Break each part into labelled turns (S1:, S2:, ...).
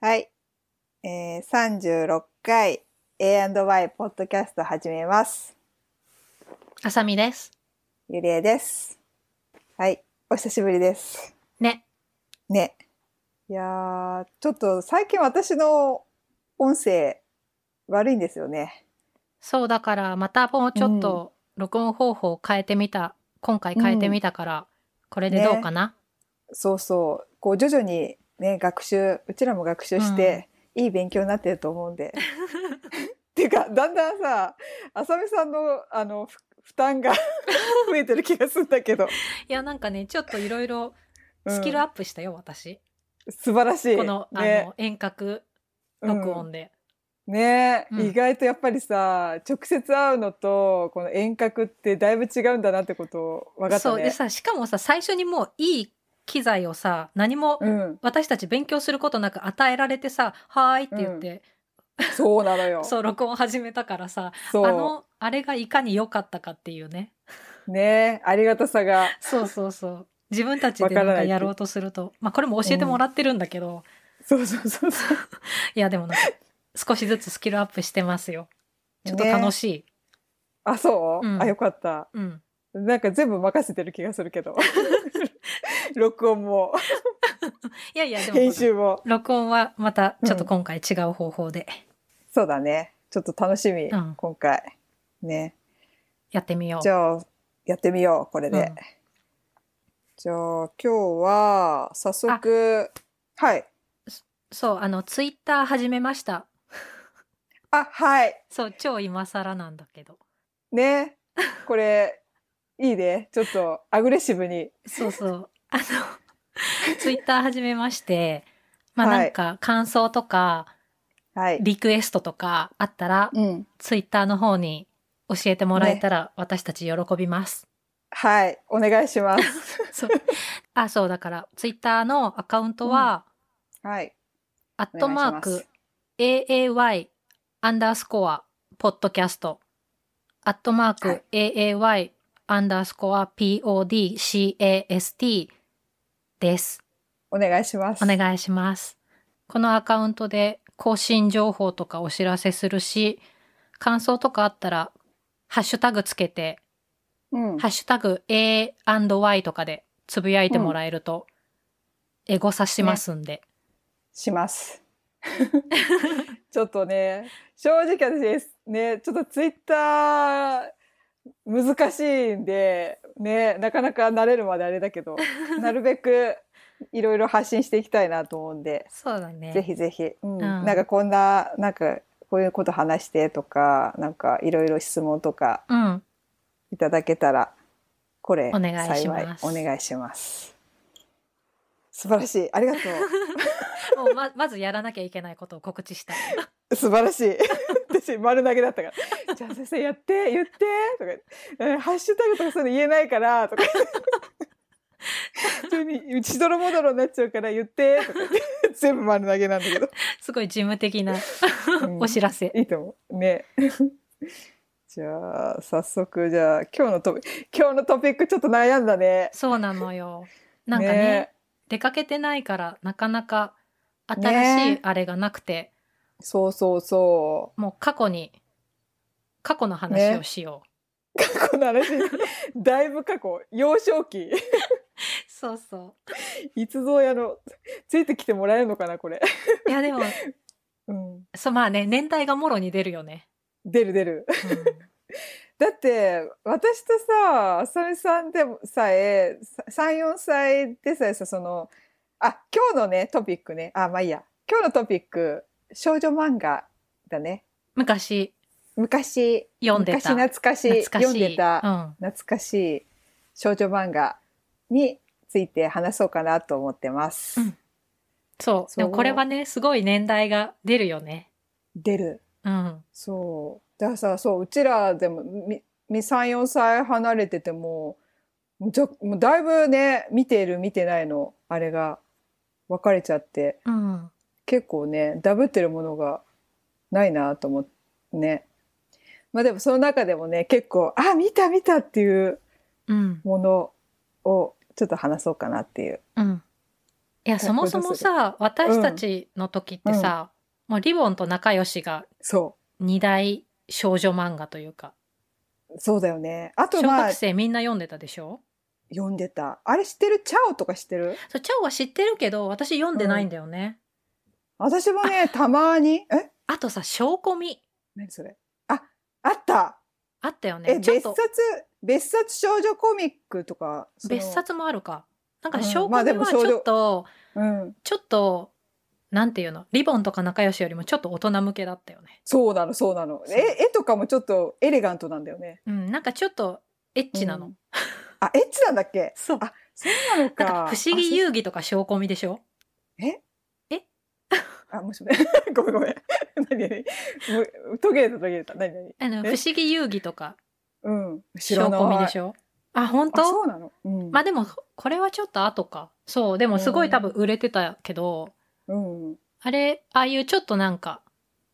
S1: はい。えー、36回 A&Y ポッドキャスト始めます。
S2: あさみです。
S1: ゆりえです。はい。お久しぶりです。
S2: ね。
S1: ね。いやー、ちょっと最近私の音声悪いんですよね。
S2: そうだから、またもうちょっと録音方法を変えてみた。今回変えてみたから、これでどうかな、
S1: そうそう。こう徐々にね、学習、うちらも学習して、いい勉強になってると思うんで。 っていうか、だんだんさ、あさみさんの、あの、ふ負担が 増えてる気がするんだけど。
S2: いや、なんかね、ちょっといろいろ
S1: うん
S2: スキルアップしたよ、私。
S1: 素晴らしい。
S2: この、あ
S1: ね
S2: の、遠隔
S1: うん
S2: 録音で。
S1: ねえ、
S2: うん
S1: 意外とやっぱりさ直接会うのとこの遠隔ってだいぶ違うんだなってことを分かった
S2: そう。で
S1: ね。
S2: さ、しかもさ、最初にもういい機材をさ、何も
S1: うん、
S2: 私たち勉強することなく与えられてさ、はーいって言って、
S1: そうなのよ。
S2: そう、録音始めたからさ、
S1: そう
S2: あの、あれがいかに良かったかっていうね。
S1: ねえありがたさが
S2: そうそうそう。自分たちでなんかやろうとすると、まあこれも教えてもらってるんだけど、
S1: そうそうそうそう。
S2: いやでもなんか少しずつスキルアップしてますよ。 ちょっと楽
S1: い。
S2: しい。
S1: あそう、
S2: うん
S1: あよかった。
S2: うん。
S1: なんか全部任せてる気がするけ ど録音も
S2: いやいやで
S1: 編
S2: も、
S1: 集も
S2: 録音はまたちょっと今回違う方法で
S1: そうだねちょっと楽しみ、
S2: うん
S1: 今回ね
S2: やってみよう。
S1: じゃあやってみようこれで。
S2: うん
S1: じゃあ今日は早速はい
S2: そう、あの、ツイッター始めました。
S1: あはい
S2: そう、超今更なんだけど。
S1: ねこれいいねちょっとアグレッシブに
S2: そうそう。 あの、ツイッター始めまして、まあなんか感想とか、
S1: はい、
S2: リクエストとかあったら、
S1: うん、
S2: ツイッターの方に教えてもらえたら、私たち喜 びます。
S1: はいお願いします
S2: そうあ、そうだから、ツイッターのアカウントは、
S1: はい
S2: アットマー
S1: お願いし
S2: ク、aay、アンダースコア、ポッドキャスト、アットマー
S1: は
S2: ク
S1: い、
S2: aay、アンダースコア、podcast です。
S1: お願いします
S2: お願いします。このアカウントで更新情報とかお知らせするし、感想とかあったら、ハッシュタグつけて、
S1: うん
S2: ハッシュタグ A&Y とかでつぶやいてもらえると、エゴサしますんで。
S1: しますちょっとね正直私ですねちょっとツイッター難しいんでねなかなか慣れるまであれだ けどなるべくいろいろ発信していきたいなと思うんで
S2: そうだね
S1: ぜひぜひ、うん
S2: ん
S1: なんかこんななんかこういうこと話してとかなんかいろいろ質問とか
S2: うん。
S1: いただけたらこれ
S2: お願いし
S1: 幸い
S2: ます
S1: お願いします素晴らしいありがと
S2: もうま、ま ずやらなきゃいけないことを告知した。
S1: う素晴らしい 私丸投げだったから「じゃあ先生やって言って」とかえー「ハッシュタグとかそういうの言えないから」 とか普通に「うちどろもどろになっちゃうから言って」とか言って全部丸投げなんだけど
S2: すごい事務的な
S1: うん
S2: お知らせ。
S1: いいと思う。ね。 じゃあ、早速、じゃあ、今日のトピ今日のトピックちょっと悩んだね。
S2: そうなのよ。なんかね、出かけてないから、なかなか新しい
S1: ね
S2: あれがなくて、
S1: そうそうそ
S2: もう過去に、過去の話をしよ
S1: う。過去の話、だいぶ過去、幼少期、
S2: う。そうそ
S1: いつぞやの、ついてきてもらえるのかな、これ。
S2: う。いやでも、
S1: うん。
S2: そう、まあね、年代がもろに出るよね。
S1: 出る出る。
S2: うん
S1: だって、私とさ、あさみさんでもさえ、さ3、4歳でさえさ、その、あ、今日のね、トピックね。あ、まあいいや。今日のトピック、少女漫画だね。
S2: 昔、
S1: 昔
S2: 読んでた
S1: 昔懐かしい
S2: 懐かしい。
S1: 読んでた、
S2: うん。
S1: 懐かしい少女漫画について話そうかなと思ってます、
S2: うんそう。
S1: そう
S2: でもこれはね、すごい年代が出るよね。
S1: 出る
S2: うん。
S1: そうだからさそううちらでも34歳離れててもむちゃもうだいぶね見てる見てないのあれが分かれちゃって
S2: うん。
S1: 結構ねダブってるものがないなと思ってねまあでもその中でもね結構あ見た見たっていう
S2: うん。
S1: ものをちょっと話そうかなっていう
S2: うん。いや、そもそもさ、私たちの時ってさ、もうリボンと仲良しが
S1: そ
S2: 二大少女漫画というか、
S1: う。そうだよね。あと
S2: 小
S1: まあ
S2: 学、生みんな読んでたでしょ
S1: 読んでた。あれ知ってるチャオとか知ってる
S2: そう、チャオは知ってるけど、私読んでないんだよね。
S1: 私もね、たまに、え
S2: あとさ、証拠み。
S1: 何それあ、あった
S2: あったよ
S1: え、
S2: ね。ちょっ
S1: 別
S2: と
S1: 冊、別冊少女コミックとか。その
S2: 別冊もあるか。なんか
S1: うん
S2: 証拠
S1: まあで
S2: み
S1: も
S2: はち
S1: 少女
S2: ょっと、
S1: うん。
S2: ちょっと、なんていうの、リボンとか仲良しよりもちょっと大人向けだったよね。
S1: そうなの、そうなの。
S2: そう
S1: え、絵とかもちょっとエレガントなんだよね。
S2: うん、なんかちょっとエッチなの。
S1: うんあ、エッチなんだっけ
S2: そう。
S1: あそうなの
S2: な
S1: か。
S2: んか不思議遊戯とか証拠みでしょ
S1: あ、そうあもしもし。 ごめんごめん。何何む途切れた途切れた。何何
S2: あの不
S1: え
S2: 思議遊戯とか
S1: うん。知
S2: 証
S1: ら
S2: 拠み
S1: ない
S2: でしょあ、本
S1: あ、
S2: 当
S1: そうなの。うん。
S2: まあでも、これはちょっと後か。そう、でもすごい多分売れてたけど、
S1: うん。
S2: あれ、ああいうちょっとなんか、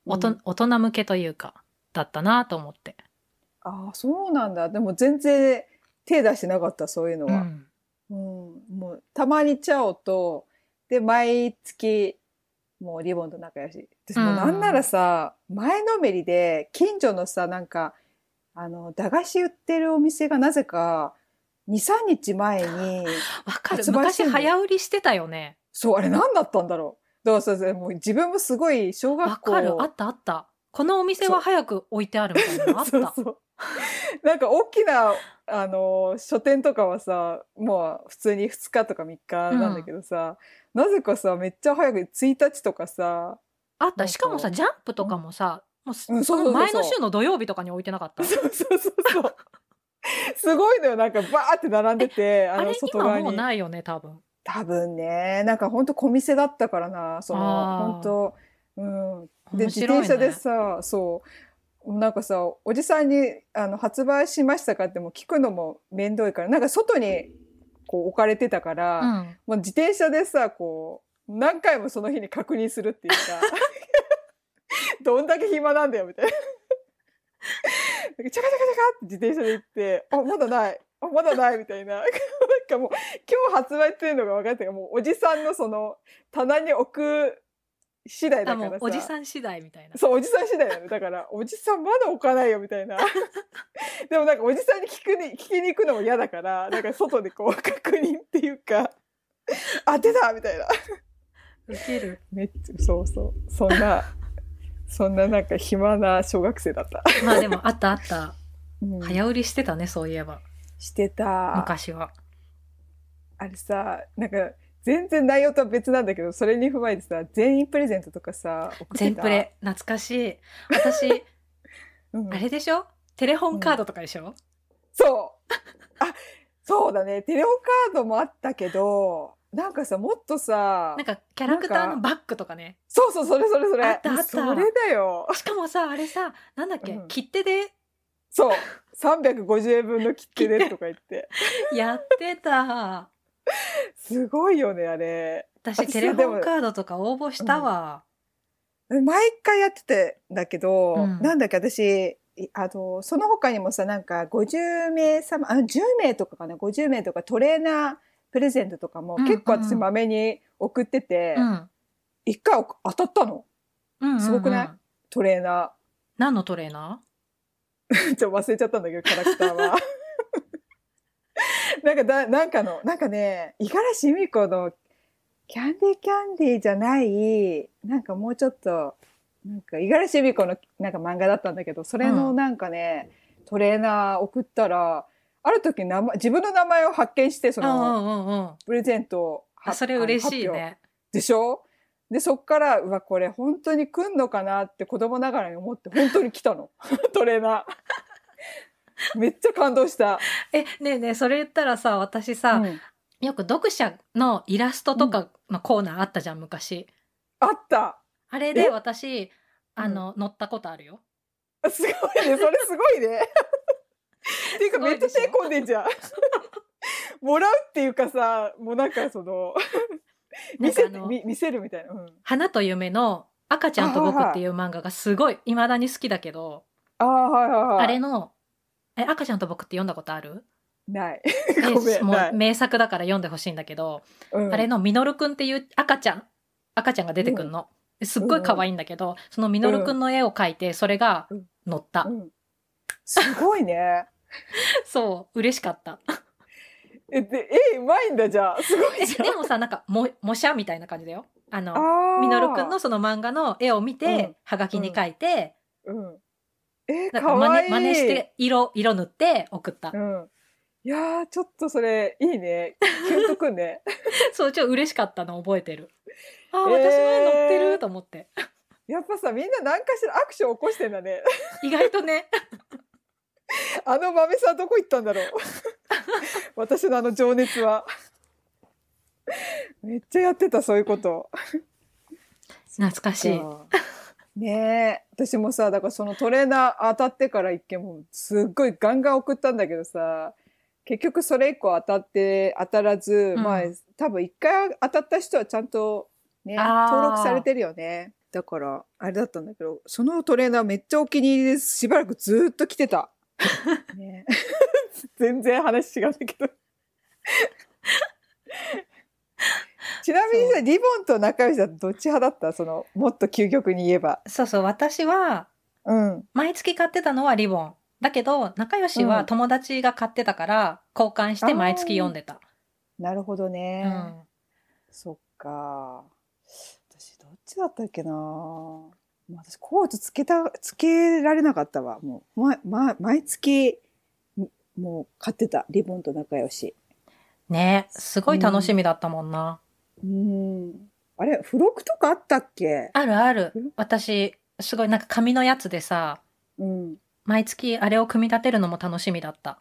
S2: おと、
S1: うん
S2: 大人向けというか、だったなと思って。
S1: あ、そうなんだ。でも全然手出してなかった、そういうの
S2: う
S1: は。
S2: ん。
S1: うん、もうたまにチャオと、で、毎月、もうリボンと仲良し。私もうなんならさ、前のめりで、近所のさ、なんか、あの、駄菓子売ってるお店がなぜか、2、3日前 に、
S2: わかる。
S1: 発売して
S2: 昔
S1: んの
S2: 早売りしてたよね。
S1: そう、あれ何だったんだろう。だからさ、もう自分もすごい小
S2: わ
S1: 学校。
S2: かる。あったあった。このお店は早く置いてあるみたいなのあっ
S1: そう
S2: た。
S1: そう。なんか大きな、あの書店とかはさ、もう普通に2日とか3日なんだけどさ、なぜかさ、めっちゃ早く1日とかさ、な
S2: あっ
S1: んか
S2: た。しかもさ、ジャンプとかもさ、もうす、
S1: うんそうそうそうそう
S2: 前の週の土曜日とかに置いてなかった。
S1: そうそうそうそう。すごいのよ、なんかバーって並んでて、
S2: あ
S1: あの
S2: れ、
S1: 外側
S2: 今もう
S1: に。
S2: ないよね、多分。
S1: 多分ね、なんかほんと小店だったからな、そ
S2: あー
S1: の、ほんと、うん、で、
S2: 面
S1: 自
S2: 白いね
S1: 転車でさそうなんかさおじさんにあの発売しましたかってもう聞くのも面倒いからなんか外にこう置かれてたから、
S2: うん。
S1: もう自転車でさこう何回もその日に確認する っていうかどんだけ暇なんだよみたいな。なんかチャカチャカチャカって自転車で行って「あまだないあまだない」みたいななんかもう今日発売っていうのが分かってるからもうおじさんのその棚に置く次第
S2: あ、
S1: だか
S2: も
S1: ら
S2: う
S1: さ。
S2: おじさん次第みたいな。
S1: そう、おじさん次第なの。だから、おじさんまだ置かないよ、みたい な。でもなんか、おじさんに聞くに、聞きに行くのも嫌だから、なんか、外で こう、確認っていうか、あ、出たみたいな。
S2: ウケる。
S1: めっちゃ、そうそう。そんな、そんななんか、暇な小学生だった。
S2: まあでも、あったあった。
S1: うん、
S2: 早売りしてたね、そういえば。
S1: してた。
S2: 昔は。
S1: あれさ、なんか、全然内容とは別なんだけど、それに踏まえてさ、全員プレゼントとかさ、送って
S2: 全
S1: た
S2: プ。レ、懐かしい。 私、
S1: うん
S2: あれでしょテレホンカードとかでしょ、
S1: そう。あ、そうだね。テレホンカードもあったけど、なんかさ、もっとさ
S2: なん、かキャラクターのバッグとかね。
S1: そうそう、それそれそれ。
S2: あったあった
S1: それだよ。
S2: しかもさ、あれさ、なんだっけ、
S1: うん
S2: 切手で
S1: そう。350円分の切手でとか言って。
S2: やってた。
S1: すごいよね、あれ。
S2: 私、
S1: 私
S2: テレホンカードとか応募したわ。
S1: 毎回やっててんだけど、
S2: うん
S1: なんだっけ、私、いあの、その他にもさ、なんか50名様、あ10名とかかな、50名とかトレーナープレゼントとかも、
S2: うん
S1: 結構
S2: うんう
S1: 私
S2: ん
S1: まめに送ってて、
S2: うん。うん
S1: 一回お当たったの、
S2: うんうん
S1: すごくないトレーナー。
S2: 何のトレーナ
S1: ちょっと忘れちゃったんだけど、キャラクターは。 なんかだ、なんかの、なんかね、五十嵐美子のキャンディーキャンディーじゃない、なんかもうちょっと、なんか五十嵐美子のなんか漫画だったんだけど、それ
S2: う
S1: の
S2: ん
S1: なんかね、トレーナー送ったら、ある時名前、自分の名前を発見して、そ
S2: ーうん
S1: の、
S2: うんうんうん。
S1: プレゼントをは
S2: あ、それ
S1: あの
S2: 嬉しい
S1: 発表
S2: ね。
S1: でしょで、そっから、うわ、これ本当に来んのかなって子供ながらに思って、本当に来たの。 トレーナー。 めっちゃ感動した。
S2: え、ねえねえ、それ言ったらさ、私
S1: う
S2: さ、
S1: ん
S2: よく読者のイラストとかのコーナーあったじゃん、昔。
S1: あった。
S2: あれ
S1: え
S2: で私、あの、乗ったことあるよ。
S1: すごいね。それすごい ね。っていうか、
S2: すご
S1: め
S2: い
S1: っちゃ
S2: でしょ
S1: 手込んでんじゃん。 もらうっていうかさ、もうなんかそ の、見
S2: なんか
S1: せ
S2: あの
S1: み見せるみたいな。うん、
S2: 花と夢の赤ちゃんと僕っていう漫画がすごい未だに好きだけど、
S1: ああ、はいはいはい。
S2: あれの、え、赤ちゃんと僕って読んだことある
S1: ない。
S2: え
S1: ごめん
S2: も
S1: な
S2: う
S1: い。
S2: 名作だから読んでほしいんだけど、
S1: うん
S2: あれのみのるくんっていう赤ちゃん、赤ちゃんが出てくるの。ですっごい可愛いんだけど、そのみのるくんの絵を描いて、それが
S1: うん
S2: 載った。
S1: うんすごいね。
S2: そう、嬉し かった。
S1: え、で、え、うまいんだじゃあ。すごいじゃん
S2: で。もさ、なんか、も、模写みたいな感じだよ。あの、
S1: あー
S2: みのるくんの、その漫画の絵を見て、
S1: うん
S2: はがきに書いて、
S1: うん、え、
S2: なん
S1: か
S2: か真
S1: わい
S2: 似
S1: い。
S2: 真似して色、色塗って送った
S1: う。ん。いやー、ちょっとそれ、いいね。キュンとくんね。
S2: そう、ちょっと嬉しかったの覚えてる。あー、
S1: えー
S2: 私の絵乗ってると思って。
S1: やっぱさ、みんな何かしらアクション起こしてんだね。
S2: 意外とね、
S1: あの豆さんどこ行ったんだろう。 私のあの情熱は。めっちゃやってた、そういうこと。
S2: 懐かしい。
S1: ねえ私もさだからそのトレーナー当たってから一件もすっごいガンガン送ったんだけどさ結局それ以降当たって当たらず、
S2: うん
S1: まあ多分一回当たった人はちゃんとね
S2: あー
S1: 登録されてるよねだからあれだったんだけどそのトレーナーめっちゃお気に入りですしばらくずーっと来て た、ね、全然話違うんだけ どちなみにさリボンと仲良しだとどっち派だったそのもっと究極に言えば
S2: そうそう、私は、
S1: うん
S2: 毎月買ってたのはリボン。だけど、仲良し
S1: う
S2: は
S1: ん
S2: 友達が買ってたから、交換して毎月読んでた。
S1: なるほどね、
S2: うん。
S1: そっか私どっちだったっけなもう私コートつけたつけられなかったわもう、まま、毎月んもう買ってたリボンと仲良し
S2: ねすごい楽しみだったもんな。
S1: うんあれ付録とかあったっけ
S2: あるある
S1: うん。
S2: 私、すごいなんか紙のやつでさ、
S1: うん
S2: 毎月あれを組み立てるのも楽しみだった。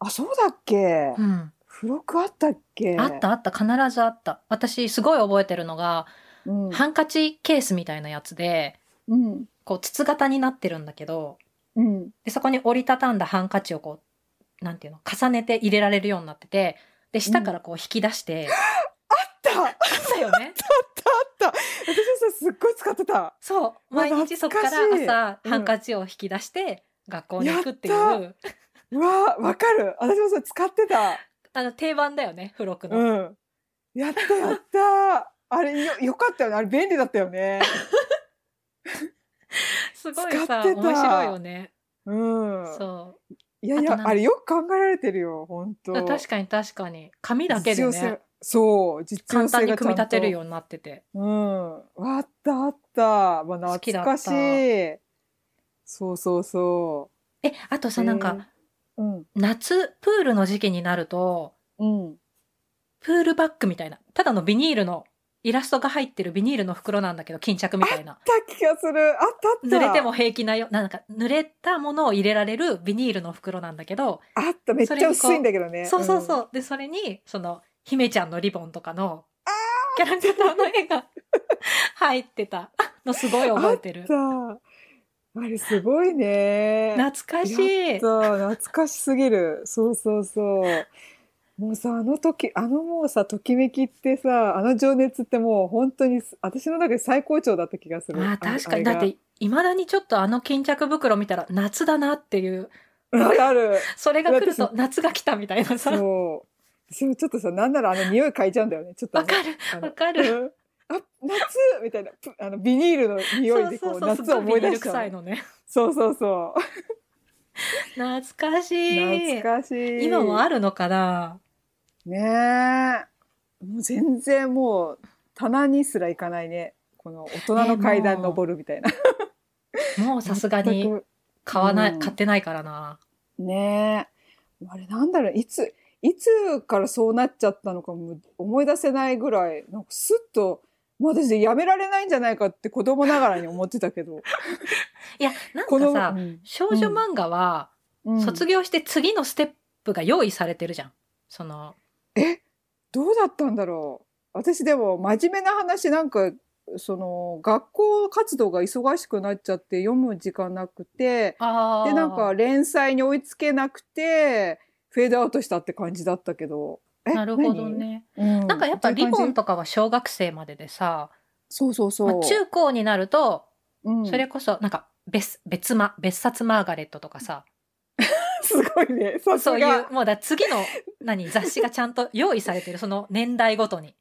S1: あそうだっけ
S2: うん。
S1: 付録あったっけ
S2: あった、あった、必ずあった。私、すごい覚えてるのが、
S1: うん、
S2: ハンカチケースみたいなやつで、
S1: うん
S2: こう、筒型になってるんだけど、
S1: うん
S2: で、そこに折りたたんだハンカチをこう、なんていうの、重ねて入れられるようになってて、で、下からこう引き出して、
S1: あった
S2: あったよね。
S1: 私さすっごい使ってた
S2: そう。毎日そっから
S1: 懐かしい
S2: 朝、
S1: うん
S2: ハンカチを引き出して、学校に行くってい
S1: やっ
S2: う、
S1: うわわかる私もそれ使ってた
S2: あの、定番だよね、付録の。
S1: うん。やったやった。あれよよかったよね。あれ便利だったよね。
S2: すごい
S1: 使っ
S2: さ、
S1: て
S2: 面
S1: た
S2: 白いよね。
S1: うん。
S2: そ
S1: いや
S2: あ
S1: い
S2: と
S1: や
S2: なん、だ
S1: あれよく考えられてるよ。本当。
S2: う。確かに確かに。紙だけで
S1: 実用
S2: ね
S1: 性、そう、実用
S2: 簡単
S1: 性
S2: に
S1: がちゃんと
S2: 組み立てる。ようになってて。
S1: うん。あったあった。まあ
S2: 好きだ
S1: 懐
S2: っ
S1: か
S2: た
S1: しい。そうそうそ
S2: え、あと
S1: う。
S2: さ、なん
S1: えー
S2: か、。
S1: うん。
S2: 夏、プールの時期になると、
S1: うん。
S2: プールバッグみたいな。ただのビニールの、イラストが入ってるビニールの袋なんだけど、巾着みたいな。
S1: た気がする。あったあった。
S2: 濡れても。平気なよ。なんか、濡れたものを入れられるビニールの袋なんだけど、
S1: あった。めっちゃ薄いんだけどね。
S2: そうそう
S1: うん。
S2: そう。で、それに、その、姫ちゃんのリボンとかの、キャラクターの絵が入ってた のすごい覚えてる。
S1: あった。あれすごいね。
S2: 懐かしい。
S1: そう懐かしすぎるそうそうそうもうさあの時あのもうさときめきってさあの情熱ってもう本当にす私の中で最高潮だった気がする
S2: まあ確かに。
S1: あ
S2: だっ
S1: あれ
S2: て、いまだにちょっとあの巾着袋見たら夏だなっていう、
S1: が わかる
S2: それが来ると夏が来たみたいなさ。わ
S1: そう私もちょっとさなんならあの匂い嗅いちゃうんだよねちょっとあの
S2: かる。
S1: あの
S2: わかる
S1: うんあ夏みたいなぷあのビニールの匂いでこう
S2: す
S1: 夏を
S2: ご
S1: 思い
S2: ビニー
S1: 出
S2: ル
S1: しちゃ
S2: 臭いうのね。
S1: そうそうそう
S2: 懐かしい。
S1: 懐かしい
S2: 今もあるのかな
S1: ねえ。もう全然もう棚にすら行かないね。この大人の階段登るみたいな。
S2: もうさすがに
S1: 全く
S2: 買わな
S1: う
S2: い、
S1: ん
S2: 買ってないからな。
S1: ねえ。あれなんだろう、いつ、いつからそうなっちゃったのかも思い出せないぐらい、なんかスッと、もう私やめられないんじゃないかって子供ながらに思ってたけど。
S2: いや、なん
S1: 子
S2: か
S1: 供
S2: さ、少女漫画は、卒
S1: 業
S2: 業して次のステップが用意されてるじゃん。その、
S1: どうだったんだろう。私でも真面目な話なんか、その学校活動が忙しくなっちゃって読む時間なくて、
S2: あ
S1: でなんか連載に追いつけなくてフェードアウトしたって感じだったけどえ
S2: なるほど、ね。
S1: 何う
S2: なんかやっぱリボン
S1: と
S2: とかは小学生まででさ、
S1: そうそうそう、
S2: まあ、中高になると、
S1: うん
S2: それこそなんか別、別ま、別冊マーガレットとかさ、
S1: すごいね。さす
S2: そうい
S1: が
S2: う、。もうだ次の、何、雑誌がちゃんと用意されてる、その年代ごとに。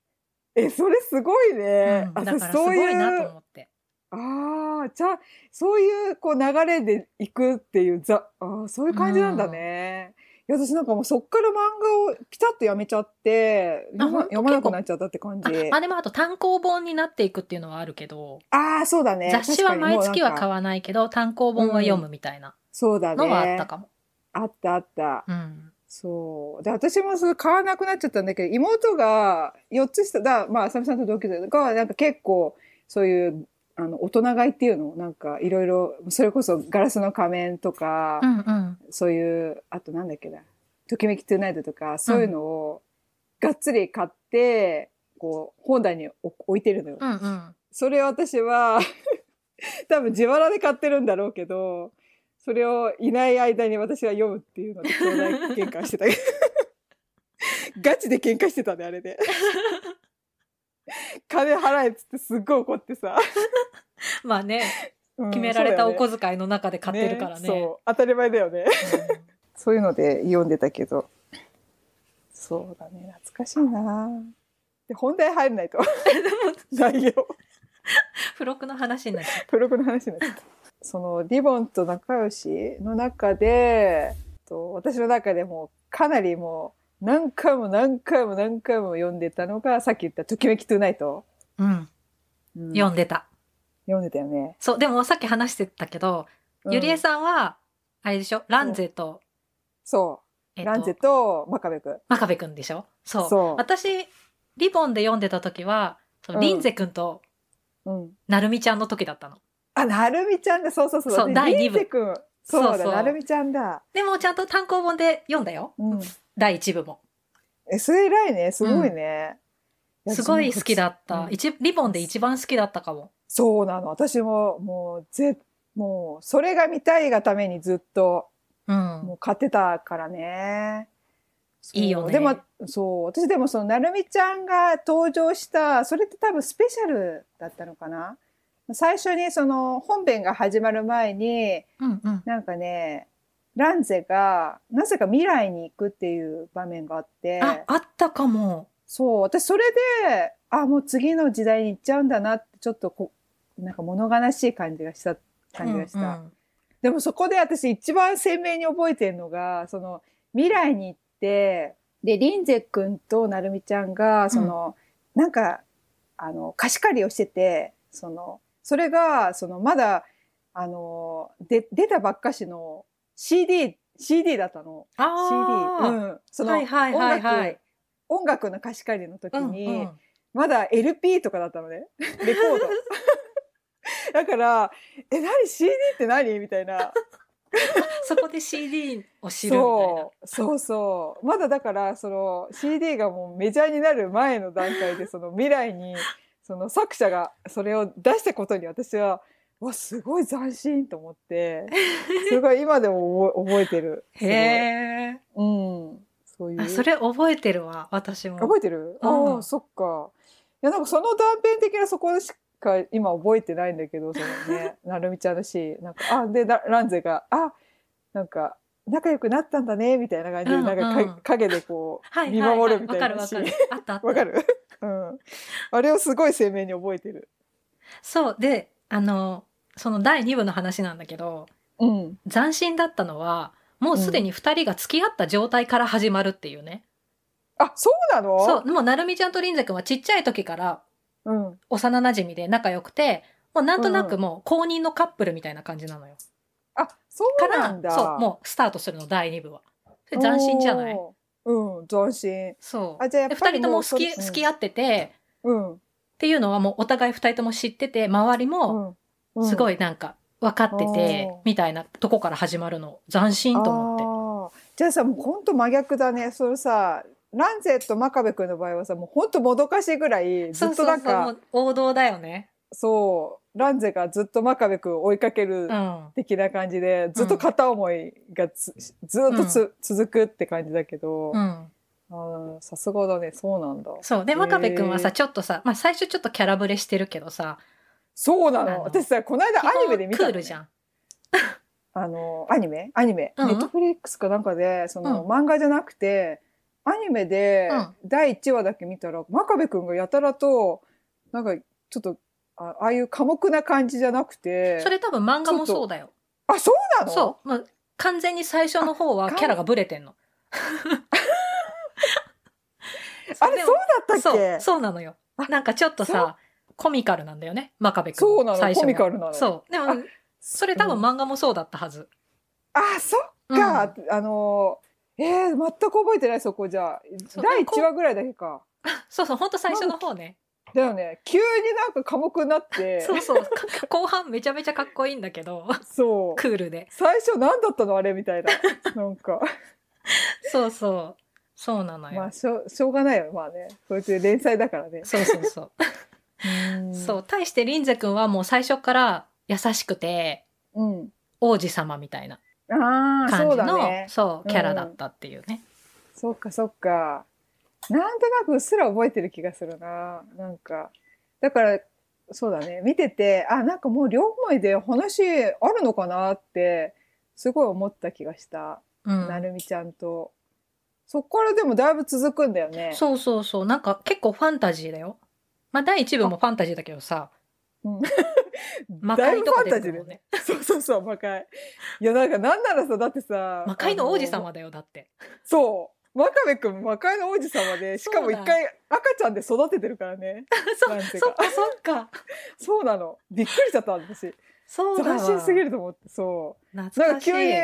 S1: え、それすごいね。
S2: うん、
S1: あ
S2: だからす
S1: そう
S2: ごいな
S1: う
S2: と思って。
S1: ああ、じゃあ、そういう、こう、流れで行くっていう、ざ、あーそういう感じなんだね。いや、私なんかもうそっから漫画をピタッとやめちゃって、
S2: あ
S1: 読ま
S2: ほんと
S1: 読まなくなっちゃったって感じ。
S2: あまあでもあと単行本になっていくっていうのはあるけど、
S1: ああ、そうだね。
S2: 雑誌は毎月は買
S1: わ
S2: わないけど単行本は読むみたいな
S1: そうだね。
S2: のはあったかも。
S1: あったあった。
S2: うん。
S1: そう。で、私もそれ買わなくなっちゃったんだけど、妹が4つ下、だ、まあ、浅見さんと同級生が、なんか結構、そういう、あの、大人買いっていうのなんか、いろいろ、それこそガラスの仮面とか、
S2: うんうん。
S1: そういう、あとなんだっけな、ときめきトゥナイトとか、そういうのを、がっつり買って、こう、本棚に置置いてるのよ。
S2: うんうん。
S1: それを私は、 多分自腹で買ってるんだろうけど、それをいない間に私は読むっていうので、兄弟喧嘩してた。 ガチで喧嘩してたね、あ れで。金払えっつってすっごい怒ってさ。
S2: まあね、
S1: うん
S2: 決められたお
S1: そうだよね
S2: 小遣いの中で買ってるからね。
S1: そう、当たり前だよね。
S2: うん
S1: そういうので読んでたけど。そうだね、懐かしいなで、本題入ん ないと。内容。
S2: 付録の話になっちゃっ
S1: 付録の話になっちゃった。その、リボンと仲良しの中で、と私の中でもうかなりもう何回も何回も何回も読んでたのが、さっき言ったときめきトゥーナイト。
S2: た。 うん。
S1: うん
S2: 読んでた。
S1: 読んでたよね。
S2: そう、でもさっき話してたけど、ゆりえ
S1: ん。
S2: さんは、あれでしょランゼと、
S1: そ
S2: え
S1: う。
S2: っと
S1: ランゼと真壁くん。
S2: 真壁くんでしょそう。
S1: そう
S2: 私、リボンで読んでた時は、その
S1: うん
S2: リンゼくんと
S1: うん。
S2: なるみちゃんの時だったの。
S1: あ、なるみちゃんだ。そうそうそう。
S2: そう
S1: で
S2: 第二
S1: リン
S2: 部
S1: ゼくん。そう
S2: そ
S1: だ、
S2: うそう
S1: なるみちゃんだ。
S2: でもちゃんと単行本で読んだよ。
S1: うん。
S2: 第1部も。
S1: え、それ偉いね。すごいね。や
S2: すごい好きだっ
S1: 私も
S2: た。
S1: 普通
S2: 一リボンで一番好きだったかも。
S1: そうなの。私も、もう、ぜ、もう、それが見たいがためにずっと、
S2: うん。
S1: もう買ってたからね。そう
S2: いいよね
S1: でも、そう。私でも、その、なるみちゃんが登場した、それって多分スペシャルだったのかな最初に、その、本編が始まる前に、
S2: うんうん。
S1: なんかね、ランゼが、なぜか未来に行くっていう場面があって。
S2: あ、あったかも。
S1: そう、私それで、あ、もう次の時代に行っちゃうんだなって、ちょっとこう、なんか物悲しい感じがした、感じがした。
S2: うん
S1: でもそこで私一番鮮明に覚えてるのが、その、未来に行って、で、リンゼ君となるみちゃんが、その、なんか、あの、貸し借りをしてて、その、それが、その、まだ、あの、で、出たばっかしの CD、CD だったの。CD。う
S2: あ
S1: ん。そ
S2: あ。
S1: の、
S2: はいはいは
S1: 音
S2: いはい
S1: 楽。音楽の貸し借りの時に、
S2: うんうん
S1: まだ LP とかだったの ね。レコード。 だから、え、何 CD って何みたいな。
S2: そこで CD を知るみたいな
S1: そう、そうそう。まだだから、その CD がもうメジャーになる前の段階で、その未来に、その作者がそれを出したことに私は、わ、すごい斬新と思 って、すごい今でも覚え覚えてる。すごい
S2: へえ
S1: うん。そういう。
S2: あそれ覚えてるわ私も
S1: 覚えてる、
S2: うん
S1: ああそっかいやなんかその断片的なそこしか今覚えてないんだけどその ねなるみちゃんのシーンなんかあでラランゼがあなんか仲良くなったんだねみたいな感じで、
S2: うんうん
S1: なんかか影でこ
S2: は
S1: う
S2: い
S1: 見
S2: はいは
S1: 守
S2: い
S1: るみ
S2: わ
S1: た
S2: か
S1: い
S2: る
S1: な
S2: わ
S1: シー
S2: か
S1: ン
S2: るあったあっ た
S1: わかるうんあれをすごい鮮明に覚えてる
S2: そうであのその第2部の話なんだけど
S1: うん
S2: 斬新だったのはもうすでに2人が付き合った状態から始まるっていうね、
S1: あそうなの
S2: そうもうなるみちゃんとりんぜくんはちっちゃい時から
S1: う、ん、
S2: 幼馴染で仲良くてもうなんとなくもう公認のカップルみたいな感じなのよ、
S1: あそう
S2: から
S1: なんだ
S2: そうもうスタートするの第2部はそれ斬新じゃない
S1: おーうん斬新
S2: そう
S1: あじゃあやっ
S2: で
S1: ぱ
S2: 2
S1: り
S2: 人とも
S1: うそ
S2: 好
S1: れ
S2: き好き合ってて
S1: うん、
S2: っていうのはもうお互い2人とも知ってて周り
S1: う
S2: も
S1: んうん、
S2: すごいなんか分かってて、
S1: おー
S2: みたいなとこから始まるの斬新と思っ
S1: あーじゃあさもうほんと真逆だねそれさランゼと真壁君の場合はさもうほんともどかしいぐらい
S2: て
S1: ず
S2: そ
S1: っ
S2: う
S1: と
S2: そう
S1: な
S2: そうん
S1: か
S2: も
S1: そう
S2: う王道だよね
S1: ランゼがずっと真壁君を追いかける
S2: うん
S1: 的な感じで、ずっと片思いがつずっとつ、続くって感じだけど、
S2: う
S1: あ
S2: ん
S1: ーさすがだねそうなんだ
S2: そうで真壁くんは
S1: へ
S2: さ
S1: ー
S2: ちょっとさ、まあ、最初ちょっとキャラブレしてるけどさ
S1: そうな
S2: あの
S1: の私さこの間アニメで見
S2: 基
S1: たのね
S2: 本クールじゃん
S1: あの、アニメアニメ。
S2: うん
S1: ネットフリックスかなんかで、その、
S2: う
S1: 漫画じゃなくて、アニメで
S2: うん、
S1: 第1話だけ見たら、真壁くんがやたらと、なんか、ちょっと、あああいう寡黙な感じじゃなくて、
S2: それ多分漫画もそうだよ。
S1: あ、そうなの
S2: そう。まあ、完全に最初の方は
S1: あ
S2: キャラがブレてんの。
S1: あれ、
S2: で
S1: そ
S2: も
S1: うだったっ
S2: そう
S1: け、
S2: そうなのよ。なんかちょっとさ、コミカルなんだよね、真壁くん。
S1: そうな
S2: 最
S1: の
S2: 初は
S1: コミカルなの。
S2: そう。でも
S1: あ、
S2: それ多分
S1: うん
S2: 漫画もそうだったはず。
S1: あ、そっか、あの、えー、全く覚えてない、そこじゃあ
S2: そう
S1: 第
S2: でもこう
S1: 1話ぐらいだけか。
S2: そうそう、ほんと最初の方ね。
S1: だよね。急になんか寡黙になって、
S2: そうそう。か後半めちゃめちゃかっこいいんだけ ど、
S1: そう。
S2: クールで。
S1: 最初何だったのあれみたいな。なんか。
S2: そうそう。そうなのよ。
S1: まあしょう、しょうがないよ。まあね。そいつ連載だからね。
S2: そうそうそう。 そう。対して、リンゼ君はもう最初から優しくて、
S1: うん。
S2: 王子様みたいな
S1: うん。ああ、
S2: 感
S1: そ
S2: じ
S1: うだ
S2: の、
S1: ね。
S2: そう、キャラだ
S1: う
S2: ったっていうね。
S1: そっかそっか。なんとなくうっすら覚えてる気がするな。なんか。だから、そうだね。見てて、あ、なんかもう両思いで話あるのかなって、すごい思った気がした。
S2: うん。
S1: なるみちゃんと。そっからでもだいぶ続くんだよね。
S2: そうそうそう。なんか結構ファンタジーだよ。まあ、第一部もファンタジーだけどさ、魔
S1: だい
S2: 界
S1: ぶ
S2: とか
S1: ファン
S2: 出
S1: タ
S2: て
S1: ジーだ
S2: くるも
S1: よ
S2: ん
S1: ね。
S2: ね。
S1: そうそうそう、魔界。いや、なんか、なんならさ、だってさ。
S2: 魔界の王子
S1: あ。
S2: 様だよ、だって。
S1: そう。真壁くん、魔界の王子様で、しかも一回赤ちゃんで育ててるからね。
S2: そ
S1: な
S2: うん
S1: ていう
S2: そっ
S1: か
S2: かそっか。
S1: そうなの。びっくりしちゃった、私。
S2: そうだ
S1: 斬
S2: わ。
S1: 新すぎると思って、そ
S2: 懐
S1: う。なん
S2: か
S1: か
S2: しい。
S1: 急に、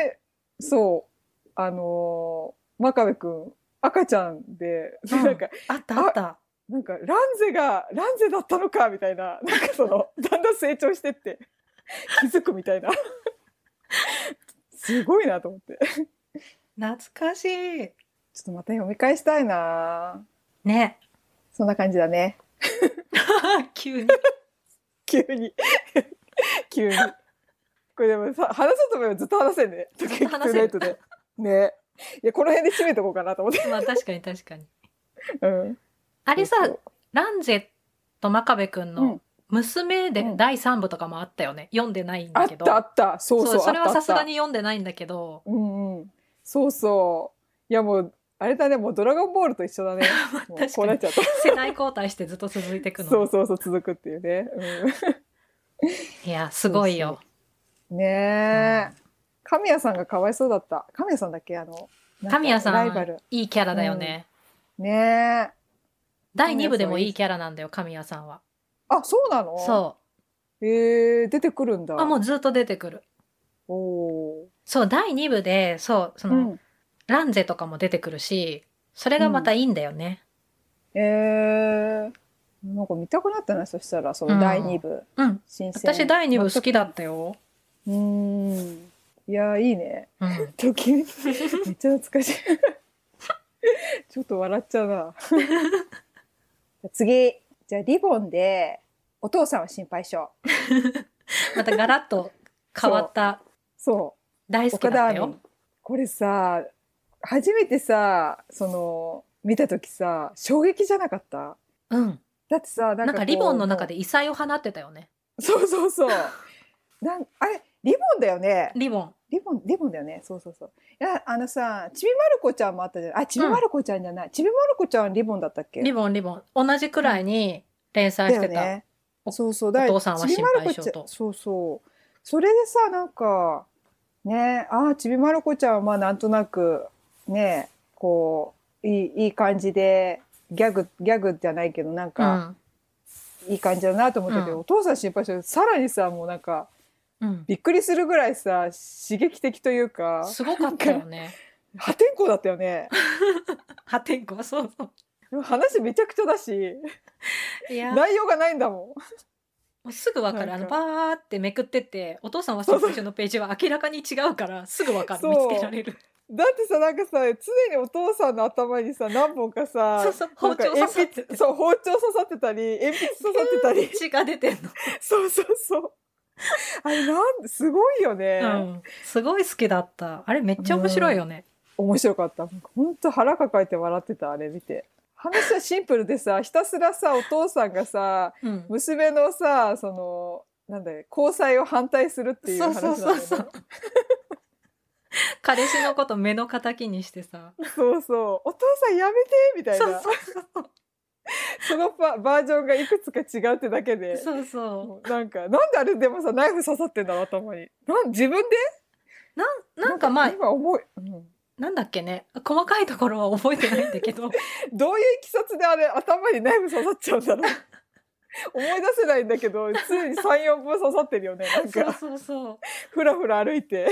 S1: そう、あのー、真壁くん、赤ちゃんで、
S2: うん
S1: なんか、
S2: あったあった。
S1: なんか、ランゼが、ランゼだったのか、みたいな、なんかその、だんだん成長してって、気づくみたいな。すごいなと思って。
S2: 懐かしい。
S1: ちょっとまた読み返したいな
S2: ね。
S1: そんな感じだね。
S2: 急に。
S1: 急に。 急に。これでもさ、話そうと思えばずっと話せんね。時
S2: ずっと
S1: 々
S2: 話
S1: ト
S2: せ
S1: レ
S2: る
S1: ートで。ね。いや、この辺で締めとこうかなと思って。
S2: まあ確かに確かに。
S1: うん。
S2: あれさ
S1: そう、そう
S2: ランゼと真壁くん
S1: う
S2: の
S1: ん
S2: 娘で
S1: うん
S2: 第3部とかもあったよね。読んでないん
S1: あ
S2: だ
S1: っ
S2: けど。
S1: たあった。そうそう。
S2: それは
S1: あった
S2: さすが。に読んでないんだけど。
S1: あったうんうん。そうそう。いや、もう、あれだね、もうドラゴンボールと一緒だね。 もう
S2: 確
S1: こう
S2: か
S1: なっ
S2: に
S1: ちゃった。
S2: 世代交代してずっと続いていく の。
S1: そうそうそう、続くっていうね。
S2: いや、すごいよ。
S1: うん、ねえ。神谷さんがかわいそうだった。神谷さんだっけあの、なんか
S2: 神谷さ
S1: ライバル
S2: ん。、いいキャラだよね。
S1: ねえ。
S2: 第2部でもいいキャラなんだよ、神谷さんは。
S1: あ、そうなの
S2: そ
S1: えー、出てくるんだ。
S2: う。あ、もうずっと出てくる。
S1: おお
S2: そう、第2部で、そう、そ
S1: ー。
S2: の、ランゼとかも出てくるし、それがまたいいんだよね。
S1: えー、なんか見たくなったな、そしたら、その第2部、
S2: うん。
S1: 新鮮。
S2: 私第2部好きだったよ。
S1: うーん。いやー、いいね。
S2: うん。
S1: 時々、めっちゃ懐かしい。 ちょっと笑っちゃう な。次。じゃあ、リボンで、お父さんは心配性。
S2: またガラッと変わった、
S1: そう。
S2: 大好きだったよ。
S1: これさ初めてさその見た時さ衝撃じゃなかった
S2: うん。
S1: だってさなんか
S2: なん
S1: こ
S2: か
S1: う
S2: リボンの中で異彩を放ってたよね。
S1: そうそう そうなんあれリボンだよね
S2: リボン。
S1: リボンリボンだよねそうそうそういやあのさちびまる子ちゃんもあったじゃないあちびまる子ちゃんじゃない、ちびまる子ちゃんリボンだったっけ
S2: リボン、リボン。同じくらいに連載
S1: だよ
S2: してた。
S1: ね
S2: お
S1: そうそう
S2: お父さんは
S1: ちびまる子ちゃ
S2: 心配性と
S1: そうそうそれでさなんかねあーちびまる子ちゃんはまあなんとなくねこういいいい感じでギャグギャグじゃないけどなんか、いい感じだなと思ったけど、
S2: うん
S1: お父さん心配してさらにさもうなんか
S2: うん。うん。
S1: びっくりするぐらいさ刺激的というか
S2: すごかったよね。
S1: 破天荒だったよね
S2: 破天荒、そうそう。
S1: 話めちゃくちゃだし
S2: いや、も
S1: 内容がないんだもん
S2: うすぐわかる。あの、
S1: なん
S2: バ
S1: か
S2: ーってめくってって、お父さんは心配性のページは明らかに違うから、すぐわかる。
S1: そう
S2: 見つけられる。
S1: だってさなんかさ常にお父さんの頭にさ何本かさ
S2: そうそう、
S1: な
S2: 包
S1: んか
S2: 丁刺さっ
S1: 鉛
S2: て
S1: 筆そう包丁刺さってたり鉛筆刺さってたり
S2: 血が出てんの。
S1: そうそうそうあれなんすごいよね、
S2: うん、すごい好きだった。あれめっちゃ面白いよね。
S1: 面白かった本当腹抱えて笑ってたあれ見て話はシンプルでさひたすらさお父さんがさ
S2: うん。
S1: 娘のさそのなんだよ交際を反対するっていう話なんだよね
S2: そうそうそうそう彼氏のこと目の敵にしてさ。
S1: そうそう。お父さんやめてみたいな。
S2: そうそう
S1: そのババージョンがいくつか違うってだけで。
S2: そうそう。
S1: もうなんか、なんであれでもさ、ナイフ刺さってんだろう、頭に。なん、自分で
S2: なんかまあ、
S1: 今思い、うん
S2: なんだっけね。細かいところは覚えてないんだけど。
S1: どういういきさつであれ、頭にナイフ刺さっちゃうんだ ろう。思い出せないんだけど、ついに3、4本刺さってるよね。なん
S2: そう
S1: か、
S2: そうそう。
S1: ふらふら歩いて。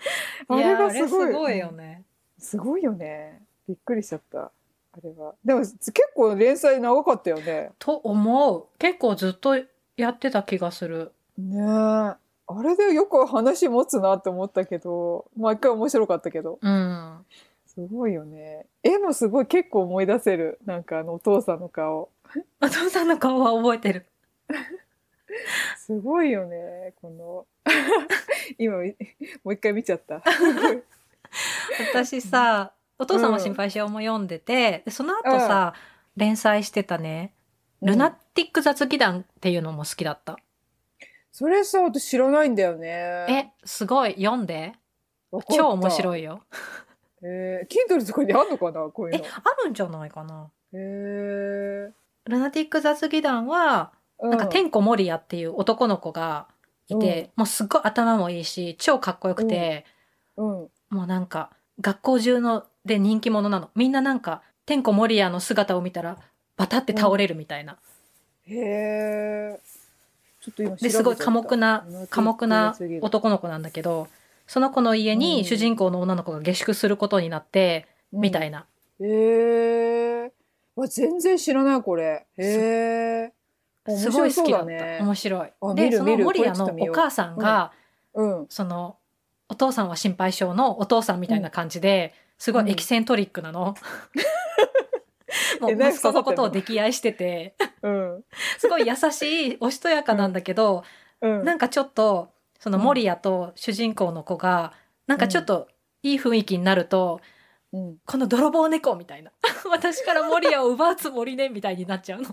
S2: い
S1: あれ
S2: やー
S1: が
S2: あ
S1: す
S2: れす
S1: ごい。
S2: ごいよ
S1: うん
S2: ね。
S1: すごいよね。びっくりしちゃった。あれは。でも、結構連載長かったよね。
S2: と思う。結構ずっとやってた気がする。
S1: ねえ。あれでよく話持つなって思ったけど、毎回面白かったけど。
S2: うん。
S1: すごいよね。絵もすごい結構思い出せる。なんかあのお父さんの顔。
S2: お父さんの顔は覚えてる。
S1: すごいよね。この。 今、もう一回見ちゃった。
S2: 私さ、お父さんは心配しようも読んでて、でその後さ、連載してたね、 ルナティック雑技団っていうのも好きだった。
S1: それさ、私知らないんだよね。
S2: え、すごい、読んで。
S1: わかった
S2: 超面
S1: い。
S2: 白いよ。
S1: えー、Kindle とかにあんのかなこういう
S2: え、
S1: の。
S2: あるんじゃないかな。
S1: えー
S2: ルナティック雑技団は、
S1: う
S2: なんか天子守屋っていう男の子がいて、もうすっごい頭もいいし、超かっこよくて、
S1: うん。
S2: もうなんか、学校中ので人気者なの。みんななんか、天子守屋の姿を見たら、バタって倒れるみたいな。
S1: へえ。ちょっと今調べちゃった
S2: ですごい寡黙な、寡黙な男の子なんだけど、その子の家
S1: うん
S2: に主人公の女の子が下宿することになって、みたいな。
S1: へえー。わ、全然知らない、これ。へえ。
S2: すごい好きだっ
S1: 面白そうだ
S2: た。
S1: ね
S2: 面白い
S1: あ。見
S2: で、
S1: る
S2: そ
S1: 見
S2: の
S1: る
S2: 守
S1: こ
S2: 屋
S1: れちょっと
S2: の
S1: 見よ
S2: お
S1: う
S2: 母さんが、
S1: うん。
S2: そのお父さんは心配性のお父さんみたいな感じで、すご
S1: うん
S2: いエキセントリック なの。もう
S1: えナイフ
S2: 息子のことを溺愛してて、
S1: うん。
S2: すごい優しいおしとやかなんだけど、
S1: うん。
S2: なんかちょっと、その守屋と主人公の子が、なんかちょっといい雰囲気になると、
S1: うん
S2: この泥棒猫みたいな。 私から守屋を奪うつもりね、みたいになっちゃうの。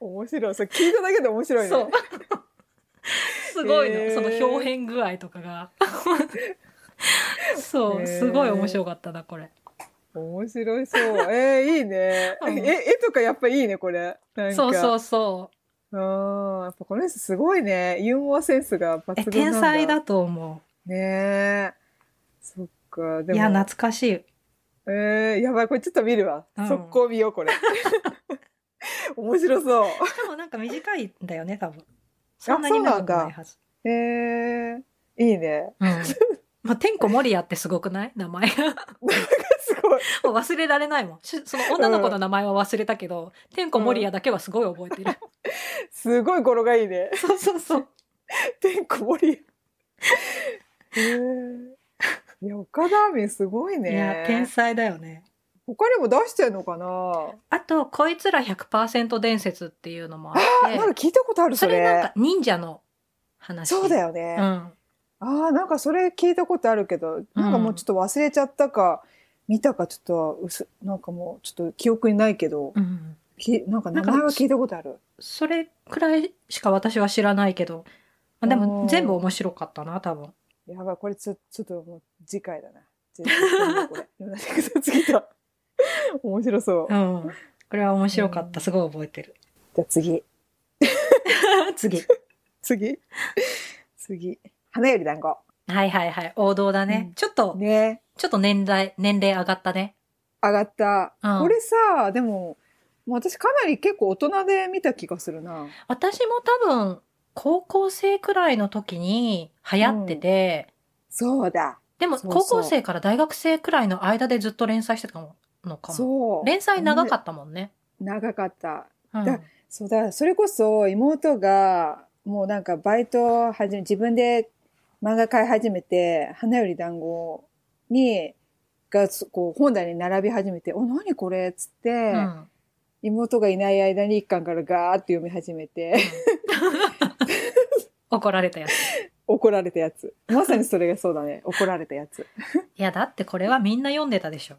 S1: 面白い。それ聞いただけで面白いね。
S2: そう。すごいの、
S1: へー
S2: その表現具合とかが。 そ
S1: へー
S2: う、すごい面白かったな、これ。
S1: 面白いそう。えー、いいね。
S2: うん
S1: え、絵とかやっぱいいね、これ。なんか。。
S2: そうそううそ
S1: うん。やっぱこの人すごいね。ユーモアセンスが抜
S2: う。え、
S1: 群なん
S2: 天
S1: だ。
S2: 才だ。と思
S1: ねえ。そっか。でも。
S2: う。いや、懐かしい。
S1: えー、やばい。これちょっと見るわ。
S2: うん
S1: 速攻見よう、こ れ。面白そう。
S2: でもなんか短いんだよね、多分。
S1: そ
S2: そ
S1: ん
S2: ん
S1: な
S2: な
S1: に
S2: に
S1: 長
S2: 長
S1: く
S2: く
S1: な
S2: ないいはず。
S1: えー、いいね。
S2: うん。まあ、天子守屋ってすごくない名前 が。
S1: すごい。
S2: もう忘れられないもん。しその女の子の名前は忘れたけど、天子守屋だけはすごい覚えてる。
S1: すごい語呂がいいね。
S2: そうそうそう。
S1: てんこ盛り。えーいや、岡田アミンすごい
S2: いや、天
S1: ね。
S2: 才だよね。
S1: 他にも出してんのかな
S2: あと、こいつら100%伝説っていうのもあって。
S1: なんか聞いたことある、そ
S2: そ
S1: れ。
S2: れなんか忍者の話。
S1: そうだ
S2: よ。
S1: よね。あ
S2: うん。
S1: あ、なんかそれ聞いたことあるけど、なんかもうちょっと忘れちゃったか、見たかちょっとうす、なんかもうちょっと記憶にないけど、
S2: うん。
S1: きなんか名前は聞いたことある。
S2: それくらいしか私は知らないけど、まあで
S1: お
S2: も
S1: ー
S2: 全部面白かったな、多分。
S1: やばい、これちょちょっともう次回だな。絶対これ。なんか次 だ。面白そう。
S2: う
S1: じ
S2: ん。これは面白かっ
S1: うん
S2: た。すごい覚え てる。
S1: ゃあ次。
S2: 次。
S1: 次。次。花より団子。
S2: はいはいはい。王道だね。
S1: うん
S2: ちょっと、
S1: ね
S2: ちょっと年代、年齢上がったね。
S1: 上がった、
S2: うん
S1: これさでももう私かなり結構大人で見た気がするな
S2: 私も多分、高校生くらいの時に流行ってて、
S1: そうだ
S2: でも
S1: そうそう
S2: 高校生から大学生くらいの間でずっと連載してたのかも。
S1: そう
S2: 連載長かったもんね。
S1: 長かった
S2: うん
S1: だそうだそれこそ妹がもうなんかバイトを始め自分で漫画買い始めて「花より団子に」がそこう本棚に並び始めて「お何これ」っつって、
S2: うん
S1: 妹がいない間に一巻からガーって読み始めて
S2: 怒られたやつ。
S1: 怒られたやつまさにそれがそうだ ね怒られたやつ
S2: いや、だってこれはみんな読んでたでしょ。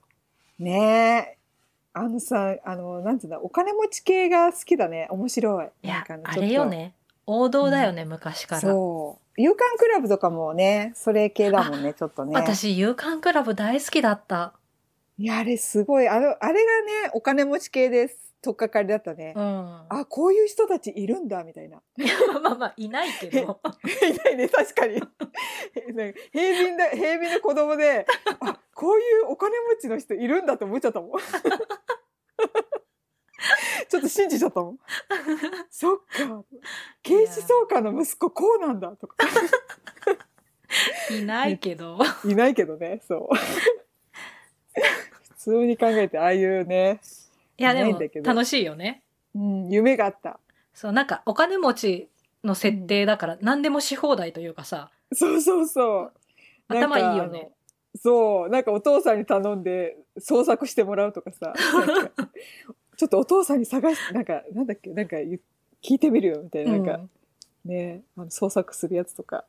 S1: ねえ。あのさ、あの、なんていうんだ、お金持ち系が好きだね。面白い。
S2: い
S1: なん
S2: や
S1: か、の
S2: あれよ。ね。王道だよね、昔
S1: ちょ
S2: か
S1: っと
S2: ら。
S1: そ勇敢クラブとかもね、それ系だもんね、ちょっとね。
S2: 私、勇敢クラブ大好きだった。
S1: いや、あれすごい。あの、あれがね、お金持ち系です。とっかかりだったね。
S2: うん。まあ
S1: あ、こういう人たちいるんだ、みたいな。
S2: まあまあ、いないけど。
S1: いないね、確かに。なんか 平民だ、平民の子供で、あ、こういうお金持ちの人いるんだって思っちゃったもん。 ちょっと信じちゃったもん。そっか。警視総監の息子こうなんだとか。
S2: いないけど。
S1: いないけどね、そう。 普通に考えて、ああいうね、
S2: いや、
S1: い
S2: で
S1: ないん
S2: も
S1: だけ、ど
S2: 楽しいよね。
S1: うん、夢があった。
S2: そう、なんか、お金持ちの設定だから、何でもし放題というかさ、
S1: そうそうそう。
S2: 頭いい
S1: な
S2: よ
S1: んかあ
S2: ね
S1: の。。そう、なんかお父さんに頼んで捜索してもらうとか さ、なんかちょっとお父さんに探して、なんか、なんだっけ、なんか言う聞いてみるよみたいな、なんか、
S2: うん
S1: ね、あの捜索するやつとか、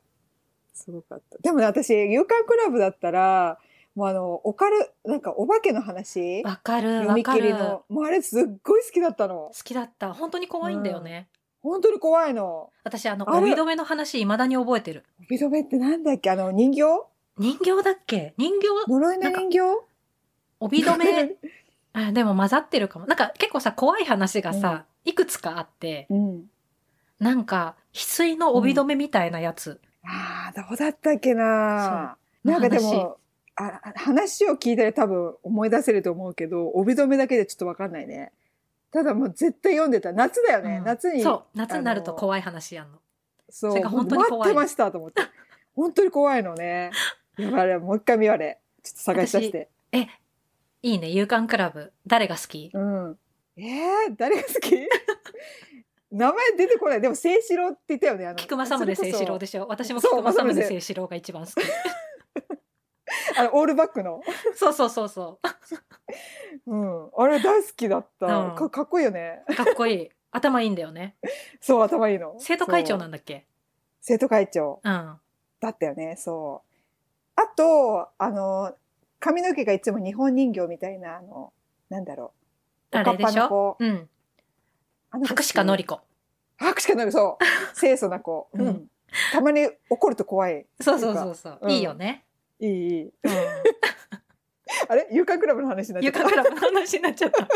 S1: すごかった。でもね、私、勇敢クラブだったら、もうあの、オカル、なんかお化けの話、
S2: わかる、
S1: 読
S2: わ
S1: み
S2: か
S1: 切り
S2: る。
S1: の
S2: 好、
S1: もうあれすっごい好きだったの。
S2: きだった。本当に怖いんだよね。
S1: 本当に怖いの。
S2: 私、あの、
S1: あれ
S2: 帯留めの話、未だに覚えてる。
S1: 帯留めってなんだっけあの、人形
S2: 人形だっけ 人形、
S1: 呪いの人形
S2: 帯留め、あ、でも混ざってるかも。なんか、結構さ、怖い話がさ、いくつかあって、
S1: うん。
S2: なんか、翡翠の帯留めみたいなやつ。
S1: ああ、どうだったっけななんかでも、あ話を聞いたら多分思い出せると思うけど、帯留めだけでちょっとわかんないね。ただもう絶対読んでた。夏だよね。
S2: うん
S1: 夏に。
S2: そう、夏になると怖い話やんの。
S1: そう。
S2: それが本当に怖い
S1: 待ってましたと思って。本当に怖いのね。やばいあれ、もう一回見あれ。ちょっと探し出して。
S2: え、いいね、勇敢クラブ。誰が好き
S1: うん。えー、誰が好き 名前出てこない。でも、清志郎って言ったよね。あの
S2: 菊正宗
S1: それ
S2: 聖
S1: こそ
S2: 志郎でしょ。私も
S1: そう
S2: 菊正
S1: 正
S2: 宗
S1: 宗
S2: 聖志郎が一番好き。
S1: あの、オールバックの。
S2: そうそうそうそ
S1: うん。あれ大好きだった。
S2: うん
S1: かかっこいいよね。
S2: う。かっこ いい。頭いいんだよね。
S1: そう、頭いいの。
S2: 生徒会長
S1: そう
S2: なんだっけ
S1: 生徒会長
S2: うん。
S1: だったよね、そう。あと、あの、髪の毛がいつも日本人形みたいな、あの、なんだろう。
S2: あれでしょ
S1: ょ
S2: うん。
S1: あの子好き
S2: 白鹿のり子。
S1: 白鹿のり、 そう。清楚な子。う
S2: うん
S1: ん。たまに怒ると怖い。
S2: そうそうそうそうう。
S1: ん
S2: いいよね。
S1: いい、いい。
S2: うん。
S1: あれ勇敢クラブの話になっちゃっ
S2: 勇
S1: た
S2: 敢。クラブの話になっち ゃった。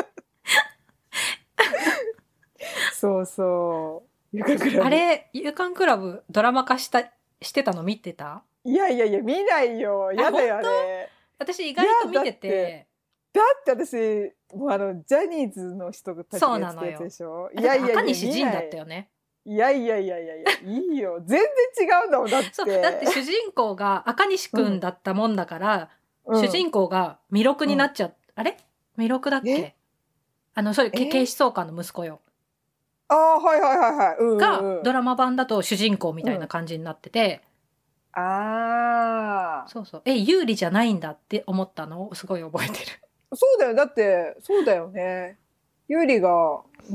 S1: そうそう。勇敢クラブ。
S2: あれ、勇敢クラブドラマ化した、してたの見てた
S1: いやいやいや、見ないよ。やだよ、あ
S2: 本
S1: れ
S2: 当。私意外と見
S1: いや
S2: て。
S1: だってだって私、もうあの、ジャニーズの人たちがやってたやつでしょいやいやいや。
S2: 赤西
S1: 見
S2: 仁
S1: な
S2: だ
S1: い
S2: ったよね。
S1: いやいやいやいやいや、いいよ。全然違うんだもん、だって。
S2: そう、だって主人公が赤西くんだったもんだから、
S1: うん
S2: 主人公が弥勒になっちゃっ、あれ弥勒だっけ
S1: え
S2: あの、それ、
S1: え
S2: け警視総監の息子よ。
S1: ああ、はいはいはいはい。うんうんうん、
S2: が、ドラマ版だと主人公みたいな感じになってて、
S1: ああ。
S2: そうそう、え、有利じゃないんだって思ったのをすごい覚えてる。
S1: そうだよ。だって、そうだよね。ユーリが、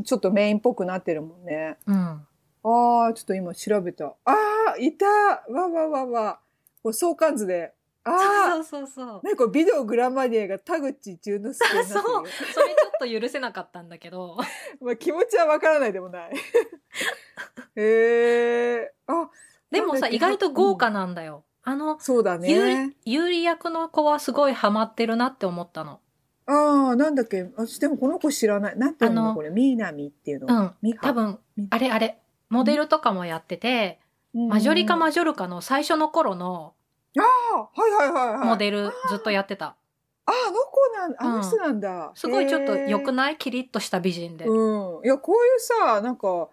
S1: ちょっとメインっぽくなってるもんね。
S2: うん。
S1: ああ、ちょっと今調べた。ああ、いたわわわわ。これ相関図で。ああ、
S2: そうそうそうそう。
S1: なんかこれビデオグラマニアが田口淳之介になってるよ
S2: そうそれちょっと許せ なかったんだけど、
S1: まあ気持ちはわからないでも ない。へえあ、
S2: で
S1: な
S2: もさ、
S1: んだっけ
S2: 意外と豪華なんだよ。あの、
S1: そうだ
S2: 有利、
S1: ね。
S2: 有利役の子はすごいハマってるなって思ったの。
S1: ああ、なんだっけ、私でもこの子知らない。なんていう
S2: あ
S1: の
S2: の
S1: これ、ミーナミっていうの。
S2: うん。
S1: ミカ
S2: 多、分、あれあれ、モデルとかもやってて、マジョリカ・
S1: あ
S2: マジョルカの最初の頃の
S1: あ、はいはいはいはい。
S2: モデルずっとやってた。
S1: ああ、あの子なん、あの人なんだ。
S2: すごいちょっと良く
S1: な
S2: ないキリッとした美人で。
S1: うん。いや、こういうさ、なんか、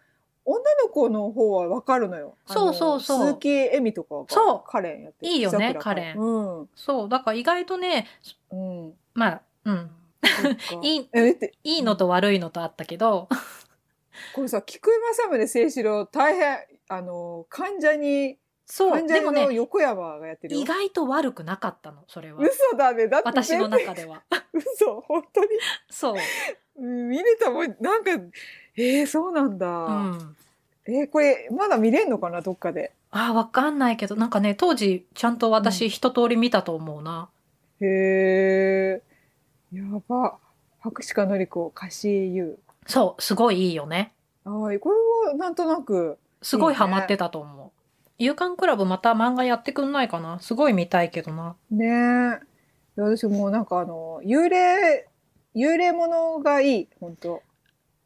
S1: 女の子の方はわかるのよ。あの
S2: そうそうそう
S1: 鈴木恵美とかが
S2: そう
S1: カレンやってる
S2: いいよね
S1: 桜
S2: カレン
S1: うん。
S2: そう、だから意外とね、
S1: うん。
S2: まあ、うん。
S1: い。
S2: いい、
S1: え、だって、
S2: いいのと悪いのとあったけど、
S1: これさ、菊井正宗清志郎、大変、あの、患者に、
S2: そう、
S1: 患者
S2: でも
S1: の
S2: ね、
S1: 横山がやってるよ。
S2: 意外と悪くなかったの、それは。
S1: 嘘だね。だって
S2: 私の
S1: 全然、
S2: 中では。
S1: 嘘、本当に。
S2: そう。
S1: うん見れたもん、なんか、えー、そうなんだ。
S2: うん。
S1: えーこれ、まだ見れんのかな、どっかで。
S2: ああ、わかんないけど、なんかね、当時、ちゃんと私一通り見たと思うな。
S1: へえ。やば。白鹿のり子、歌詞優。
S2: そう、すごいいいよね。
S1: はい、これはなんとなく、
S2: すごいハマってたと思う。勇敢クラブまた漫画やってくんないかなすごい見たいけどな。
S1: ねえ。いや私もうなんかあの、幽霊、幽霊ものがいい、本当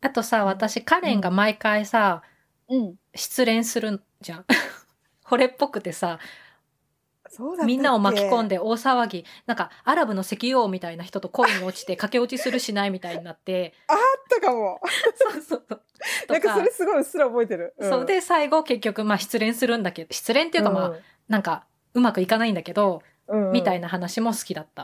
S2: あとさ、私、カレンが毎回さ、
S1: うん。
S2: 失恋するんじゃん。 惚れっぽくてさ、
S1: そうだったっけ
S2: みんなを巻き込ん。で大騒ぎ。なんか、アラブの石油王みたいな人と恋に落ちて、駆け落ちするしないみたいになって。
S1: あったかも。
S2: そうそうそう。
S1: なん
S2: と
S1: か
S2: か
S1: それ、すごいうっすら覚えてる。ん
S2: そう。で、最後結局、まあ失恋するんだけど、失恋っていうかまあ、なんか、うまくいかないんだけど、
S1: うん、
S2: みた
S1: ない
S2: な話も好きだった。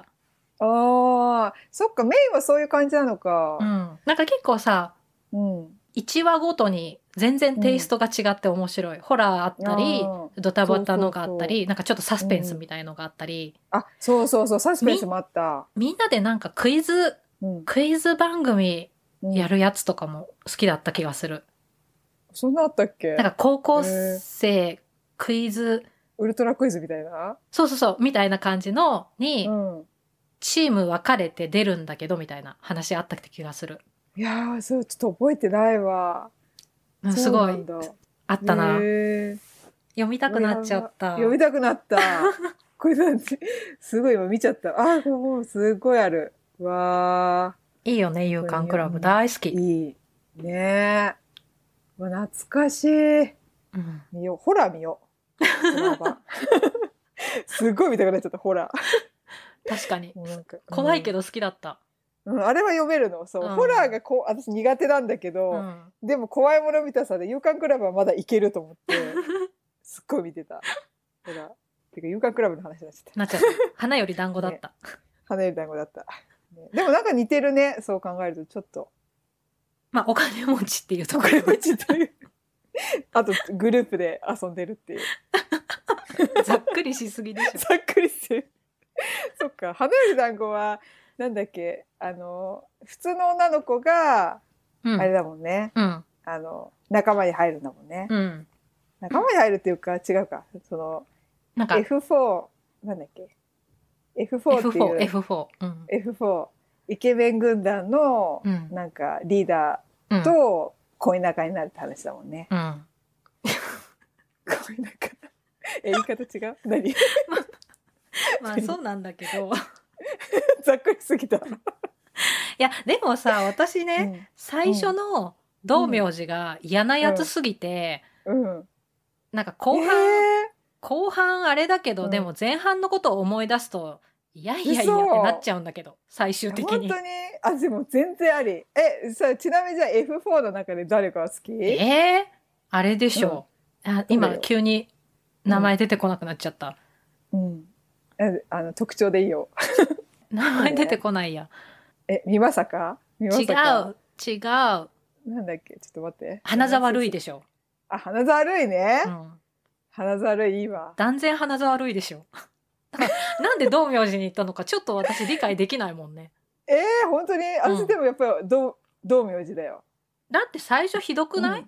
S1: ああ、そっか、メインはそういう感じなの
S2: うん
S1: か。。
S2: なんか結構さ、
S1: うん。
S2: 1話ごとに全然テイストが違って面白い。ホラーあったり
S1: あー、
S2: ドタバタのがあったり、なんかちょっとサスペンスみたいのがあったり、
S1: あ、そうそうそう、サスペンスもあった。
S2: みんなでなんかクイズ、
S1: うん。
S2: クイズ番組
S1: うん
S2: や。るやつとかも好きだった気がする。
S1: そんなあったっけ
S2: なんか高校生クイズ、
S1: ウルトラクイズみたいな。
S2: そうそうそう、みたいな感じのに、
S1: うん。
S2: チーム分かれて出るんだけどみたいな話あった気がする。
S1: いやー、そう、ちょっと覚えてないわ。
S2: うんす
S1: そう
S2: ご
S1: ないんだ
S2: あったな。
S1: へー
S2: 読みたくなっちゃった。
S1: 読みたくなった。これなんて、すごい今見ちゃった。あー、もうすごいある。わ
S2: いいよね、勇敢クラ
S1: う
S2: ブ。
S1: ん
S2: 大好
S1: ー、
S2: き。
S1: いい。ねえ。うわ懐かしい。
S2: うん
S1: 見よう。ホラー見よう。ホラー版 すごい見たくなっちゃった、ホラ
S2: 確かに
S1: ー。。もうなんか
S2: 怖いけ
S1: ど、
S2: ど好きだった。
S1: うんあれは読めるの。そう。
S2: うん
S1: ホラーがこう、私苦手なんだけど、
S2: うん
S1: でも怖いもの見たさで、勇敢クラブはまだいけると思 って、すっごい見てた。ほら。てか、勇敢クラブの話になっちゃった。
S2: なっちゃった。花より団子 だった。
S1: 花より団子だった。ねでもなんか似てるね。そう考えると、ちょっ と。
S2: まあ、お金持ちっていうと
S1: お
S2: こ
S1: 金
S2: ろ
S1: 持ちという。 あと、グループで遊んでるっていう。
S2: ざっくりしすぎでしょ。
S1: ざっくりする。そっか。花より団子は、なんだっけ、あの、普通の女の子が、
S2: う
S1: あれ
S2: ん。
S1: だもんね。
S2: うん。
S1: あの、仲間に入るんだもんね。
S2: うん。
S1: 仲間に入るっていうか、違うか。その、
S2: なんか、
S1: F4、なんだっけ ?F4 ってい
S2: F4、
S1: う、
S2: F4。うん。
S1: F4、イケメン軍団の
S2: う、ん。
S1: なんか、リーダ
S2: う
S1: ー
S2: ん。
S1: と恋仲になるって話だもんね。
S2: うん。
S1: 恋仲。え、言い方違う何
S2: まあ、そうなんだけど。
S1: ざっくりすぎた。
S2: いや、でもさ、私
S1: う
S2: ね、
S1: ん
S2: 最初の道明寺が嫌なやつすぎて、
S1: うん。
S2: なんか後半、
S1: え
S2: 後半あれだけど、
S1: うん
S2: でも前半のことを思い出すといやいやいやっ
S1: 嘘
S2: てなっちゃうんだけど最終
S1: ー
S2: 的
S1: 本
S2: に
S1: 当にあ、でも全然あり。え、さ、ちなみにじゃあ F4 の中で誰が好き
S2: えーあれでしょう、あ
S1: どれ
S2: 今
S1: よ
S2: 急に名前出てこなくなっちゃった、
S1: うん。えあの、特徴でいいよ。
S2: 名前出てこないや
S1: え、見まさか見ま
S2: 違
S1: さか
S2: う違う
S1: う。なんだっけちょっと待って。
S2: 花沢類
S1: で。
S2: でしょ、
S1: あ、花沢類ね。
S2: うん、
S1: 花沢類いいわ。
S2: 断然花沢類でしょ だからなんで道明寺に行ったのかちょっと私理解できないもんね
S1: えー、本当に
S2: う
S1: 私
S2: ん
S1: でもやっぱり、どう道明寺だよ。
S2: だって最初ひどくない、
S1: うん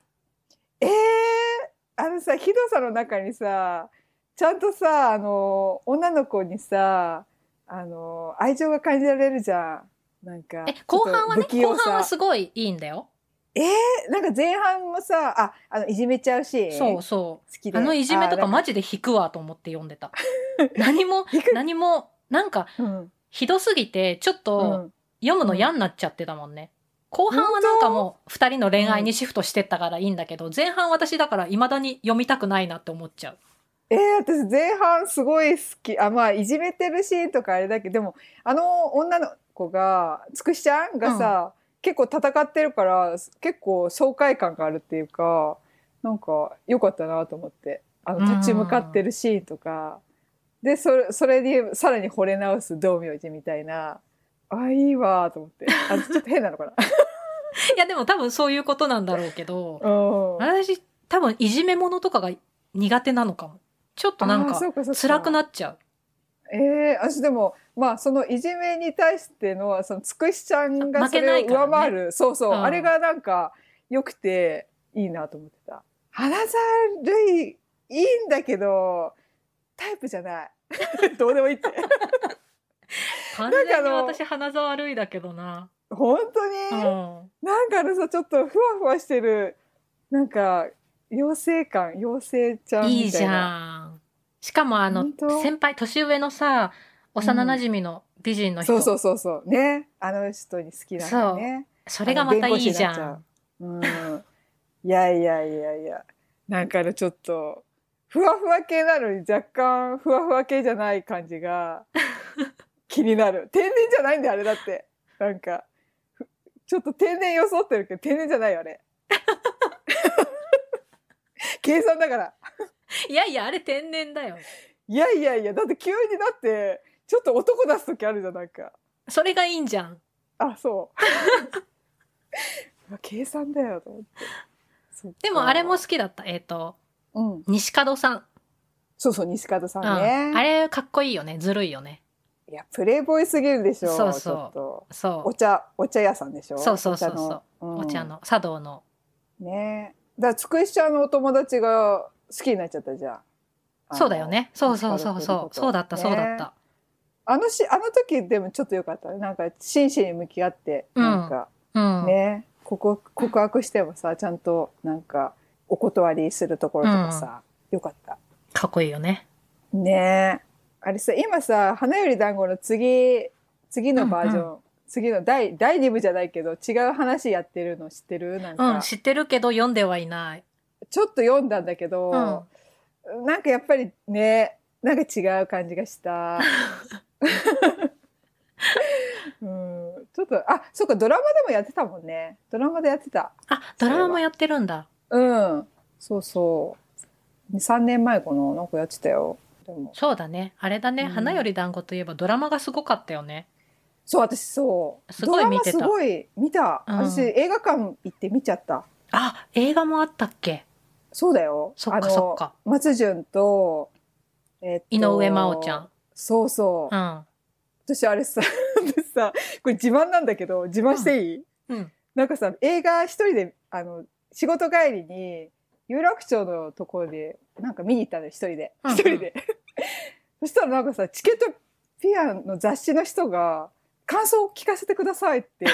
S1: えー、あのさ、ひどさの中にさ、ちゃんとさ、あの、女の子にさ、あの、愛情が感じられるじゃん。なんか。
S2: え後半は
S1: ちょっ
S2: ね後
S1: と不器用さ
S2: 半はすごいいいんだよ、
S1: なんか前半もさ、あ、あの、いじめちゃうし。
S2: そうそう
S1: 好きで。
S2: あのいじめとか
S1: ま
S2: マジで引くわと思って読んで た。何も
S1: 引く、
S2: 何も、なんか
S1: うん。
S2: ひどすぎて、ちょっ
S1: う
S2: と
S1: ん。
S2: 読むの嫌になっちゃってたもんね。後半はなんかもう二人の恋愛にシフトしてったからいいんだけど、前半私だから未だに読みたくないなって思っ ちゃう。
S1: えー、私前半すごい好き。あ、まあ、いじめてるシーンとかあれだけど、でも、あの女の子が、つくしちゃんがさ、結構戦ってるから、結構爽快感があるっていうか、なんか良かったなと思って。あ
S2: うん
S1: の、立ち向かってるシーンとか。で、それ、それにさらに惚れ直す道明寺みたいな。あ、いいわと思って。あ、ちょっと変なのかな。
S2: いやでも多分そういうことなんだろうけど、
S1: うん。
S2: 私多分いじめものとかが苦手なのかも。ちょっとなん
S1: あー
S2: か
S1: そうかそうか
S2: 辛くなっちゃう。
S1: ええ私でも、まあ、そのいじめに対しての、そのつくしちゃんが
S2: 負
S1: そ
S2: け
S1: れ
S2: な
S1: を
S2: いから
S1: 上
S2: ね
S1: 回る、そうそう、
S2: うん
S1: あれがなんか、良くて、いいなと思ってた。花沢類、いいんだけど、タイプじゃない。 どうでもいいって。
S2: 完
S1: なんかあ
S2: 全
S1: の
S2: に私花沢類だけどな。
S1: 本当
S2: う
S1: に、
S2: ん。
S1: なんかあのさ、ちょっとふわふわしてる、なんか、妖精感、妖精ちゃんみたいな。
S2: いいじゃん。しかもあの
S1: 本当、
S2: 先輩、年上のさ、幼馴染の美人の人。
S1: そうそうそうそう。ね。あの人に好きなんだよね。
S2: それがまたいいじゃ
S1: あの
S2: ん。
S1: 弁護士になっちゃう。うん。いやいやいやいや。なんかね、ちょっと、ふわふわ系なのに若干ふわふわ系じゃない感じ が気になる。天然じゃないんだよ、あれだって。なんか、ふちょっと天然装ってるけど、天然じゃないよ、あ れ。計算だから。
S2: いやいや、あれ天然だよ。
S1: いやいやいや、だって急にだって、ちょっと男出すときあるじゃん、なんか。
S2: それがいいんじゃん。
S1: あ、 そう。計算だよと思って。そっか
S2: でもあれも、好きだった。えっ、と、
S1: うん、
S2: 西門さん。
S1: そうそう、西門さん
S2: うん、
S1: ね。
S2: あれかっこいいよね。ずるいよね。
S1: いや、プレイボーイすぎるでしょ。
S2: そうそう
S1: ちょっと
S2: そ
S1: お茶、お茶屋さんでしょ。
S2: う。そうそうそうそ
S1: お
S2: う。
S1: 茶の。うん
S2: お茶。の、茶道の。
S1: ねだから、つくしちゃんのお友達が好きになっちゃったじゃん。あの
S2: そうだよ。ね。そうそうそう
S1: 西門君の
S2: そ
S1: こ
S2: う。
S1: と
S2: そうだった、
S1: ね
S2: そうだった。
S1: あのし、あの時でもちょっと良かったね。なんか、真摯に向き合って、
S2: うん
S1: なんか、
S2: うん。
S1: ねここ告白してもさちゃんとなんかお断りするところとかさ、よかった
S2: かっこいいよね。
S1: ねえあれさ今さ「花より団子の次次のバージョン、
S2: う
S1: 次の第第2部じゃないけど違う話やってるの知ってるなんか、
S2: うん、
S1: ち
S2: 知ってるけど読んではいない。
S1: ょっと読んだんだけど、なんかやっぱりねなんか違う感じが した。うん、ちょっとあそっかドラマでもやってたもんねドラマでやってた
S2: あ、ドラマもやってるんだ。
S1: うん。そうそう。3年前かななんかやってたよ。でも。
S2: そうだね。あれだね。
S1: うん
S2: 花より団子といえばドラマがすごかったよね。
S1: そう、私そう。
S2: すごい見て
S1: ド
S2: た
S1: ラマすごい見た。
S2: うん
S1: 私映画館行って見ちゃった。
S2: あ、映画もあったっけ
S1: そうだよ。
S2: そっかそっか。
S1: あの、松潤と、えっと
S2: 井上真央ちゃん。。
S1: そうそう。
S2: うん。
S1: 私あれさ、 私さ、これ自慢なんだけど、自慢していい、
S2: うん。
S1: なんかさ、映画一人で、あの、仕事帰りに、有楽町のところで、なんか見に行ったのよ、一人で。
S2: うん
S1: 一人で。 そしたらなんかさ、チケットピアの雑誌の人が、感想を聞かせてくださいって、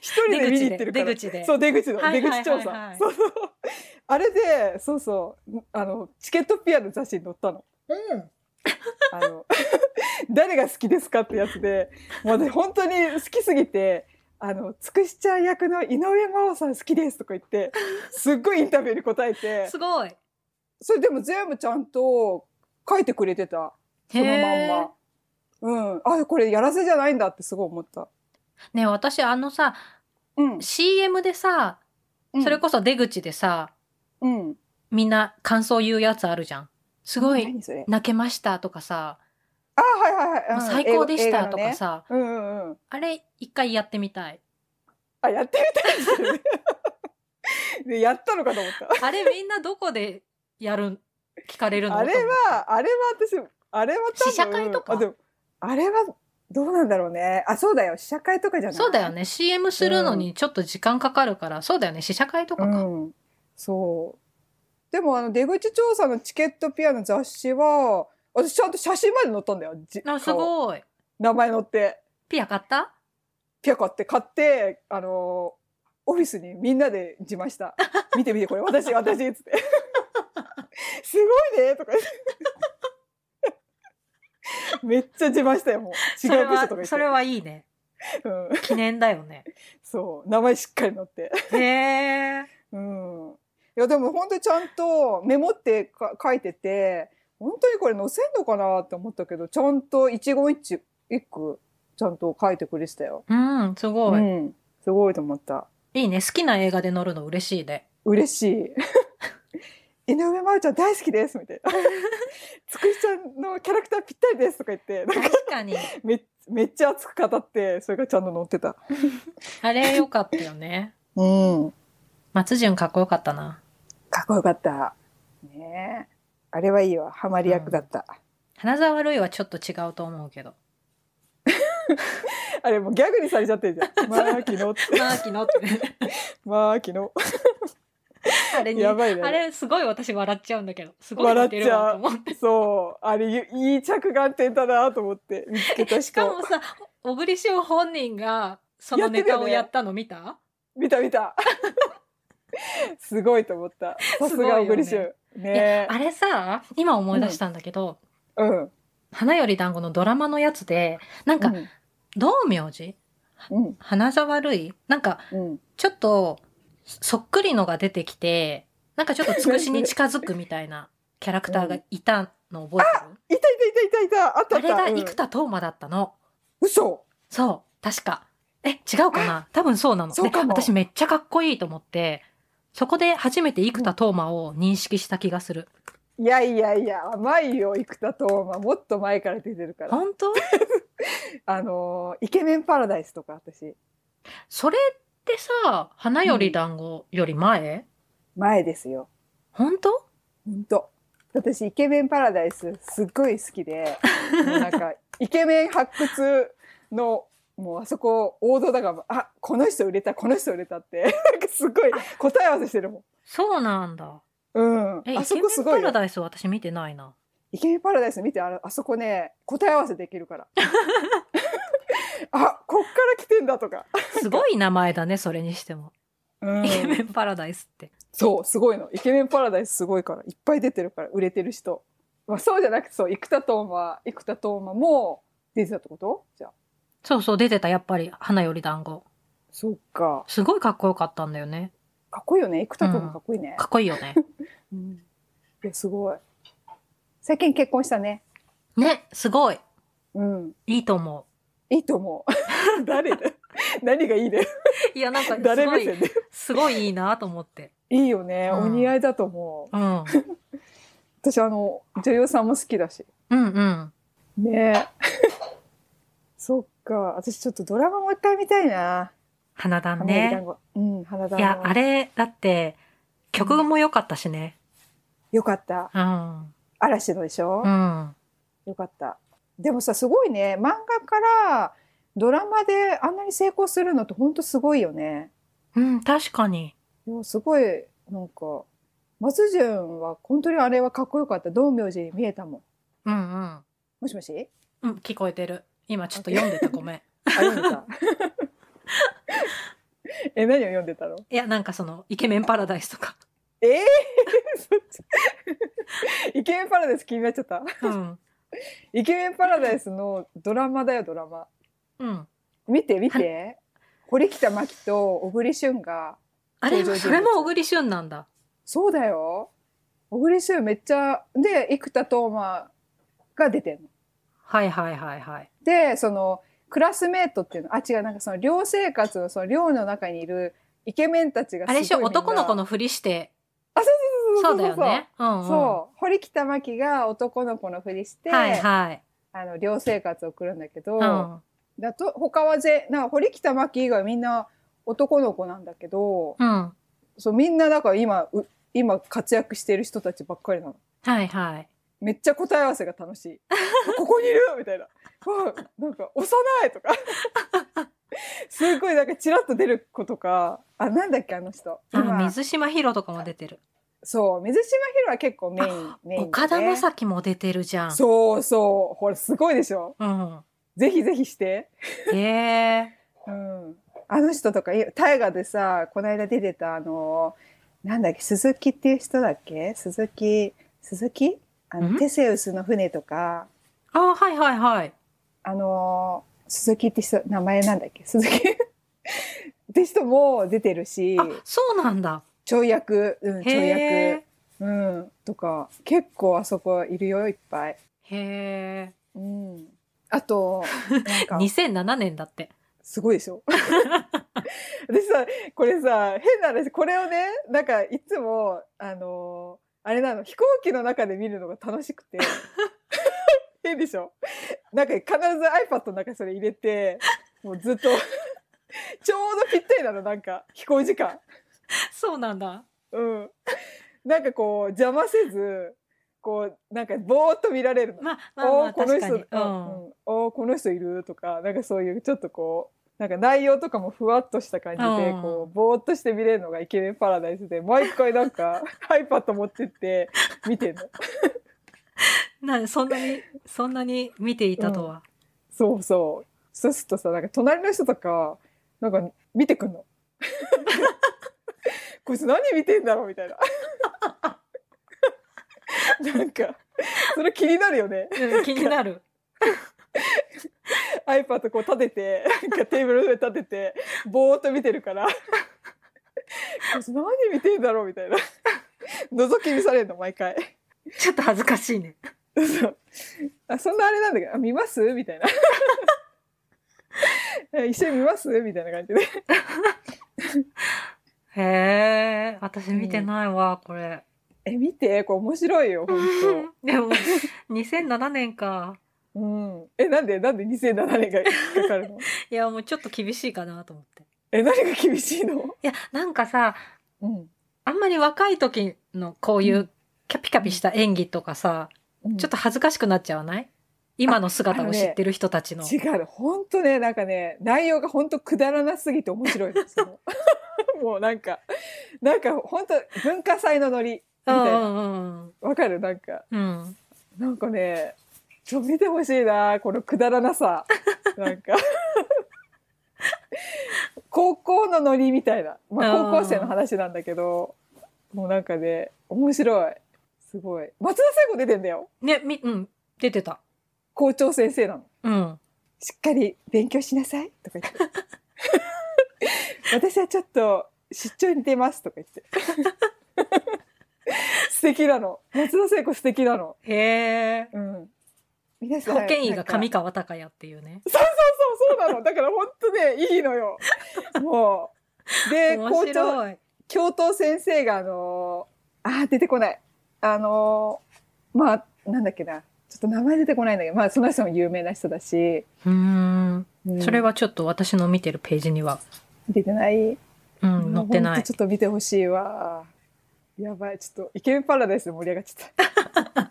S1: 一人で見に行ってるから。
S2: 出口で出口で
S1: そう、出口の、
S2: はいはいはいは
S1: 出
S2: い
S1: 口調査。そうそう。あれで、そうそう、あの、チケットピアの雑誌に載ったの。
S2: うん。
S1: あの 誰が好きですかってやつでもう私本当に好きすぎて「あのつくしちゃん役の井上真央さん好きです」とか言ってすっごいインタビューに答え て
S2: すごい。
S1: それでも全部ちゃんと書いてくれてたその
S2: へ
S1: ま
S2: ー
S1: んま。うん、あこれやらせじゃないんだってすごい思った。
S2: ねえ私あのさ、
S1: うん、
S2: CM でさ、それこそ出口でさ、
S1: そ、うん、
S2: みんな感想言うやつあるじゃん。すごい、
S1: 何それ
S2: 泣けましたとかさ、
S1: あはいはいはい、うん
S2: 最高でしたとか。
S1: 映
S2: さ、
S1: 画映画のねうんうんうん、
S2: あれ一回やってみたい。
S1: あやってみたいですよね でやったのかと思った。
S2: あれみんなどこでやるん、聞かれるの
S1: あれは、あれは私、あれは多分
S2: 試写会とか
S1: あでもあれはどうなんだろうね。あ、そうだよ。試写会とかじゃない
S2: そうだよ。ね。CM するのにちょっと時間かかるから、そうだよね。試写会と
S1: う
S2: かか。
S1: ん。そう。でも、あの、出口調査のチケットピアの雑誌は、私ちゃんと写真まで載ったんだよ。じ
S2: あ、す
S1: 顔
S2: ごい。
S1: 名前載って、
S2: ピア買った
S1: ピア買って、買って、あのーオフィスにみんなで自慢 した。見て見て、これ、私、私、つって。すごいねとか言って。めっちゃ自慢したよ、もう。
S2: そ
S1: 違
S2: れ
S1: う部署とか言
S2: は、
S1: って。
S2: それはいいね。
S1: うん、
S2: 記念だよ ね。
S1: そう名前しっかり載って、
S2: へえ。
S1: うん、いやでも本当にちゃんとメモってか書いてて本当にこれ載せんのかなって思ったけどちゃんと一言一句ちゃんと書いてくれてたよ、
S2: うん、すご
S1: う
S2: い。
S1: ん、すごいと思った
S2: いいね。好きな映画で乗るの嬉しいね。
S1: 嬉しい 井上真央ちゃん大好きですみたいなつくしちゃんのキャラクターぴったりですとか言ってなんか
S2: 確かに。
S1: めめっちゃ熱く語ってそれがちゃんと載ってた
S2: あれ良かったよね。
S1: うん
S2: 松潤かっこよかったな。
S1: かっこよかった。ねえ。あれはいいわ。ハマり役だった。
S2: 花沢るいはちょっと違うと思うけど。
S1: あれもうギャグにされちゃってるじ ゃん。まあ、昨日って。
S2: マーキの って。
S1: まあ、昨日。
S2: あれに、
S1: やばいね
S2: あれすごい私笑っちゃうんだけど。すごい似てるわと思って。
S1: そう。あれ、いい着眼点だなと思って見つけた人。
S2: しかもさ、小栗旬本人がそのネタをやったの見た
S1: 見た見た。すごいと思った。さす
S2: すごいよ
S1: が
S2: ね
S1: 小栗旬。
S2: いや
S1: ね
S2: あれさ今思い出したんだけど
S1: うん。
S2: 「花より団子」のドラマのやつでなんか
S1: うん
S2: 道明寺
S1: うん。
S2: 花沢類なんか
S1: うん。
S2: ちょっとそっくりのが出てきてなんかちょっとつくしに近づくみたいな キャラクターがいたの覚えてる
S1: いたいたいたいたいた。あったあ
S2: あ
S1: った。
S2: れが
S1: うん
S2: 生田斗真だったの。
S1: 嘘。
S2: そう、確か。え、違うかな多分そうなの。
S1: そうかも
S2: で私めっちゃかっこいいと思って、そこで初めて生田斗真を認識した気がする。
S1: いやいやいや、甘いよ、生田斗真。もっと前から出てるから。
S2: 本当
S1: あのーイケメンパラダイスとか、私。
S2: それってさ、花より団子より前、
S1: 前ですよ。
S2: 本当
S1: ほんと。私、イケメンパラダイス、すっごい好きで、もうなんか、イケメン発掘の、もうあそこ、王道だから、あ、この人売れた、この人売れたって、 なんかすごい答え合わせしてるもん。
S2: そうなんだ。
S1: うん。
S2: え、
S1: あ
S2: イケ
S1: そ
S2: メ
S1: こす
S2: ンパ
S1: ごい
S2: ラ
S1: よ。
S2: ダイス私見てないな。
S1: イケメンパラダイス見て、あのあそこね、答え合わせできる から。あ、こっから来てんだとか。
S2: すごい名前だね、それにしても。
S1: うん
S2: イケメンパラダイスって。
S1: そう、すごいの。イケメンパラダイスすごいから。いっぱい出てるから、売れてる人。まあ、そうじゃなくて、そう、生田斗真、生田斗真も出てたってことじゃあ。
S2: そうそう、出てた、やっぱり、花より団子。
S1: そっか。
S2: すごいかっこよかったんだよね。
S1: かっこいいよね。生田斗真かっこいいね
S2: か。っこいいよ ね。
S1: うん。いや、すごい。最近結婚したね。
S2: ね、すごい。
S1: うん。
S2: いいと思
S1: いいと思 う。誰だ何がいいね。
S2: う。いや、なんか、す
S1: 誰
S2: ご
S1: 目
S2: い、
S1: 線で。
S2: すごいいいなと思って。
S1: いいよね。
S2: うん
S1: お似合いだと思う。
S2: うん。
S1: 私、あの、女優さんも好きだし。
S2: うんうん。
S1: ね え。そっか。私、ちょっとドラマもう一回見たいな。
S2: 花壇
S1: 花より
S2: ね
S1: 団。子。うん、花
S2: いや、あ
S1: れ
S2: れ、だって、曲も良かったしね。
S1: よかった。
S2: うん。うん。
S1: 嵐のでしょ、
S2: あ
S1: よかった。でもさ、すごいね。漫画からドラマであんなに成功するのってほんとすごいよね。
S2: うん、確かに。
S1: いやすごい、なんか、松潤は本当にあれはかっこよかった。道明寺に見えたもん。
S2: うんうん。
S1: もしもし
S2: うん、聞こえてる。今ちょっと読んでた、ご めん。
S1: あ、読んでた。え、何を読んでたの
S2: いや、なんかその、イケメンパラダイスとか。
S1: ええそっち。イ ケメンパラダイス気になっちゃった。
S2: うん。
S1: イケメンパラダイスのドラマだよ、ドラマ。
S2: うん。
S1: 見て見て堀北真希と小栗旬が
S2: あ
S1: 登場人
S2: れ、
S1: 物
S2: それも小栗旬なんだ。
S1: そうだよ小栗旬めっちゃで生田斗真が出てるの。
S2: はいはいはいはい。
S1: でそのクラスメートっていうのあ違うなんかその寮生活のその寮の中にいるイケメンたちがすご
S2: あ
S1: い
S2: れでしょ、
S1: みんな
S2: 男の子のふりして。
S1: あそ
S2: そう
S1: そう
S2: う
S1: そ
S2: だ
S1: う
S2: よね。うん、うん。
S1: そう堀北真希が男の子のふりして、
S2: はいはい。
S1: あの寮生活を送るんだけど、
S2: うん。
S1: だと他はぜなんか堀北真希以外みんな男の子なんだけど、
S2: うん。
S1: そうみんなだから今う今活躍してる人たちばっかりなの
S2: はいはい。
S1: めっちゃ答え合わせが楽 しいここにいるみたいなわあなんか幼い とかすごいなんかチラッと出る子とかあなんだっけあの人
S2: あの、
S1: 今
S2: 水島ひろとかも出てる。
S1: そう水島ひろは結構メインメイン、ね、
S2: 岡田将生も出てるじゃん。
S1: そうそうほらすごいでしょ
S2: うん。
S1: ぜひぜひして
S2: ええ
S1: うんあの人とかい大河でさこの間出てたあのなんだっけ鈴木っていう人だっけ鈴木鈴木あの
S2: ん
S1: テセウスの船とか
S2: あはいはいはい。
S1: あの鈴木って人名前なんだっけ鈴木 って人も出てるし
S2: あそうなんだ。
S1: ちょい役、うん、ちょい
S2: へ
S1: 役、うん、とか結構あそこいるよいっぱい。
S2: え。へ
S1: うん、あとなん
S2: え。
S1: か
S2: 2007年だって。
S1: すごいでしょ 私さこれさ変な話これをねなんかいつもあのーあれなの飛行機の中で見るのが楽しくて変でしょなんか必ず iPad の中にそれ入れてもうずっとちょうどぴったりなのなんか飛行時間
S2: そうなんだ。
S1: うんなんかこう邪魔せずこうなんかぼーっと見られるの
S2: まあ まあ
S1: おおー
S2: まあ
S1: この人、
S2: 確
S1: う
S2: かに。
S1: んうん、おーこの人いるとかなんかそういうちょっとこうなんか内容とかもふわっとした感じで、
S2: うん
S1: こうぼーっとして見れるのがイケメンパラダイスで毎回なんか iPad 持ってって見てんの
S2: うん。なんでそんな に、そんなに見ていたとは。
S1: そうそうそうするとさなんか隣の人とかなんか見てくんの こいつ何見てんだろうみたいな。 なんか、それ気になるよね。
S2: うん気になる。
S1: iPad こう立てて、なんかテーブルの上立てて、ぼーっと見てるから、こいつ何見てんだろうみたいな。覗き見されるの、毎回。
S2: ちょっと恥ずかしいね。
S1: そうあそんなあれなんだけどあ「見ます?」みたいな「え一緒に見ます?」みたいな感じで
S2: へえ、私見てないわ、これ。
S1: 「え見てこれ面白いよ本
S2: でも、2007年か。
S1: 当うんえなんでなんで2007年がかかるの
S2: いや、もうちょっと厳しいかなと思って。
S1: え何が厳しいの、
S2: いや、なんかさ、
S1: うん
S2: あんまり若い時のこういううキャピキャピした演技とかさ、ちょっと恥ずかしくなっちゃわない今の姿を知ってる人たちの。
S1: 違う本当ねなんかね内容が本当くだらなすぎて面白い のその もうなんかなんか本当文化祭のノリみ
S2: う
S1: たい
S2: んう
S1: なん
S2: うん
S1: わかるなんか
S2: うん。うん。
S1: なんかね、ちょ、見てほしいな、このくだらなさ。なん か。高校のノリみたいな。まあ、
S2: あー
S1: 高校生の話なんだけど、もうなんかね、面白い。すごい。松田聖子出てんだよ。
S2: ね、み、うん。出てた。
S1: 校長先生なの。
S2: うん。
S1: しっかり勉強しなさい。とか言 って。私はちょっと、出張に出ます。とか 言って。素敵なの。松田聖子素敵なの。
S2: へえ。
S1: うん。皆さん
S2: 保険医が
S1: なんか
S2: 上川隆也っていうね。
S1: そうそうなの。だから本当ね、いいのよ。もう。で、校長、
S2: 面白い。
S1: 教頭先生が、あのー、あー、出てこない。あのー、まあ、なんだっけな。ちょっと名前出てこないんだけど、まあ、その人も有名な人だし。
S2: うーん。
S1: うん
S2: それはちょっと私の見てるページには、
S1: 出てない。
S2: うん、載って
S1: ほ
S2: な
S1: んと
S2: い
S1: ち。ょっと見てほしいわ。やばい。ちょっと、イケメンパラダイスで盛り上がっちゃった。
S2: こ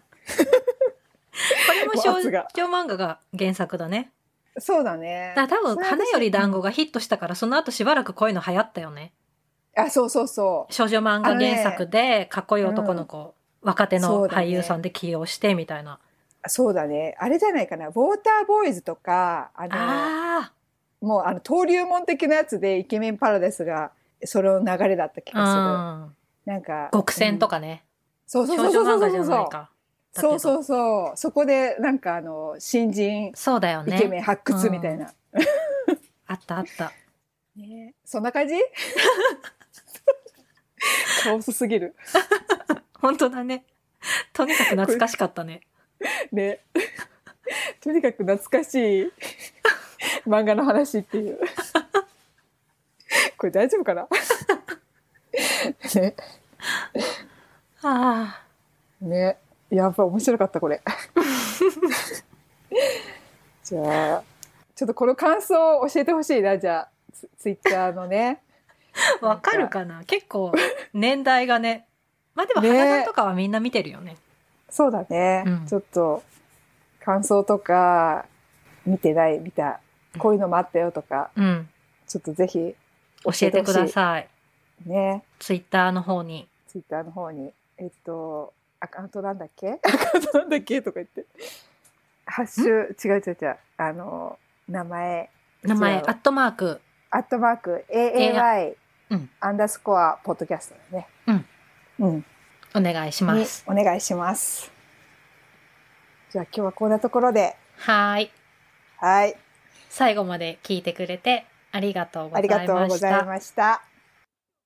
S2: れも少
S1: 圧が
S2: 女漫画が原作だね。
S1: そうだね。
S2: だから多
S1: そ
S2: 分、
S1: れ私
S2: 花より団子がヒットしたから、その後しばらくこういうの流行ったよね。
S1: あ、そうそうそ
S2: 少女漫画原作で、かっこいい男の子、若手
S1: そ
S2: の
S1: うだね
S2: 俳優さんで起用して、みたいな。
S1: う。そうだね。あれじゃないかな。ウォーターボーイズとか、あのー、
S2: あ
S1: もうあの登竜門的なやつでイケメンパラダイスがその流れだった気が
S2: あ、うん。
S1: する。なんか
S2: 極戦と
S1: か、
S2: かね。
S1: そうそ
S2: 少
S1: うそう
S2: 女
S1: そうそ
S2: 漫
S1: う
S2: 画
S1: そ
S2: じ
S1: う
S2: ゃないか。だけ
S1: そ
S2: ど
S1: うそうそうそこでなんかあの新人
S2: そうだよ
S1: イケメン
S2: ね。
S1: 発掘みたいな、
S2: あったあった。
S1: ねそんな感じカオスすぎる
S2: 本当だね。とにかく懐かしかったね。
S1: ねとにかく懐かしい漫画の話っていうこれ大丈夫かなね
S2: ああ。
S1: ねやっぱ面白かったこれじゃあちょっとこの感想を教えてほしいなじゃあツツイッターのね
S2: わかるかな結構、年代がね。まあでも、
S1: ね
S2: 花さんとかはみんな見てるよね。
S1: そうだね、
S2: うん
S1: ちょっと感想とか見てない見たこういうのもあったよとか
S2: うん。
S1: ちょっとぜひ
S2: 教えてください。
S1: ね
S2: ツイッターの方に。
S1: ツイッターの方にえっとアカウントなんだっけアカウントなんだっけとか言ってハッシュ違う違う違うあの名前
S2: 名
S1: 違
S2: 前、ア
S1: う
S2: ットマーク。
S1: アットマーク AAY
S2: うん
S1: アンダースコアポッドキャストだね。
S2: うん。
S1: うん。
S2: お願いしま
S1: に
S2: す。
S1: お願いします。じゃあ今日はこんなところで、
S2: はーい。
S1: はい。
S2: 最後まで聞いてくれてありがとうご
S1: あ
S2: ざ
S1: りが
S2: い
S1: とう
S2: ま
S1: ご
S2: し
S1: ざい
S2: た。
S1: ました。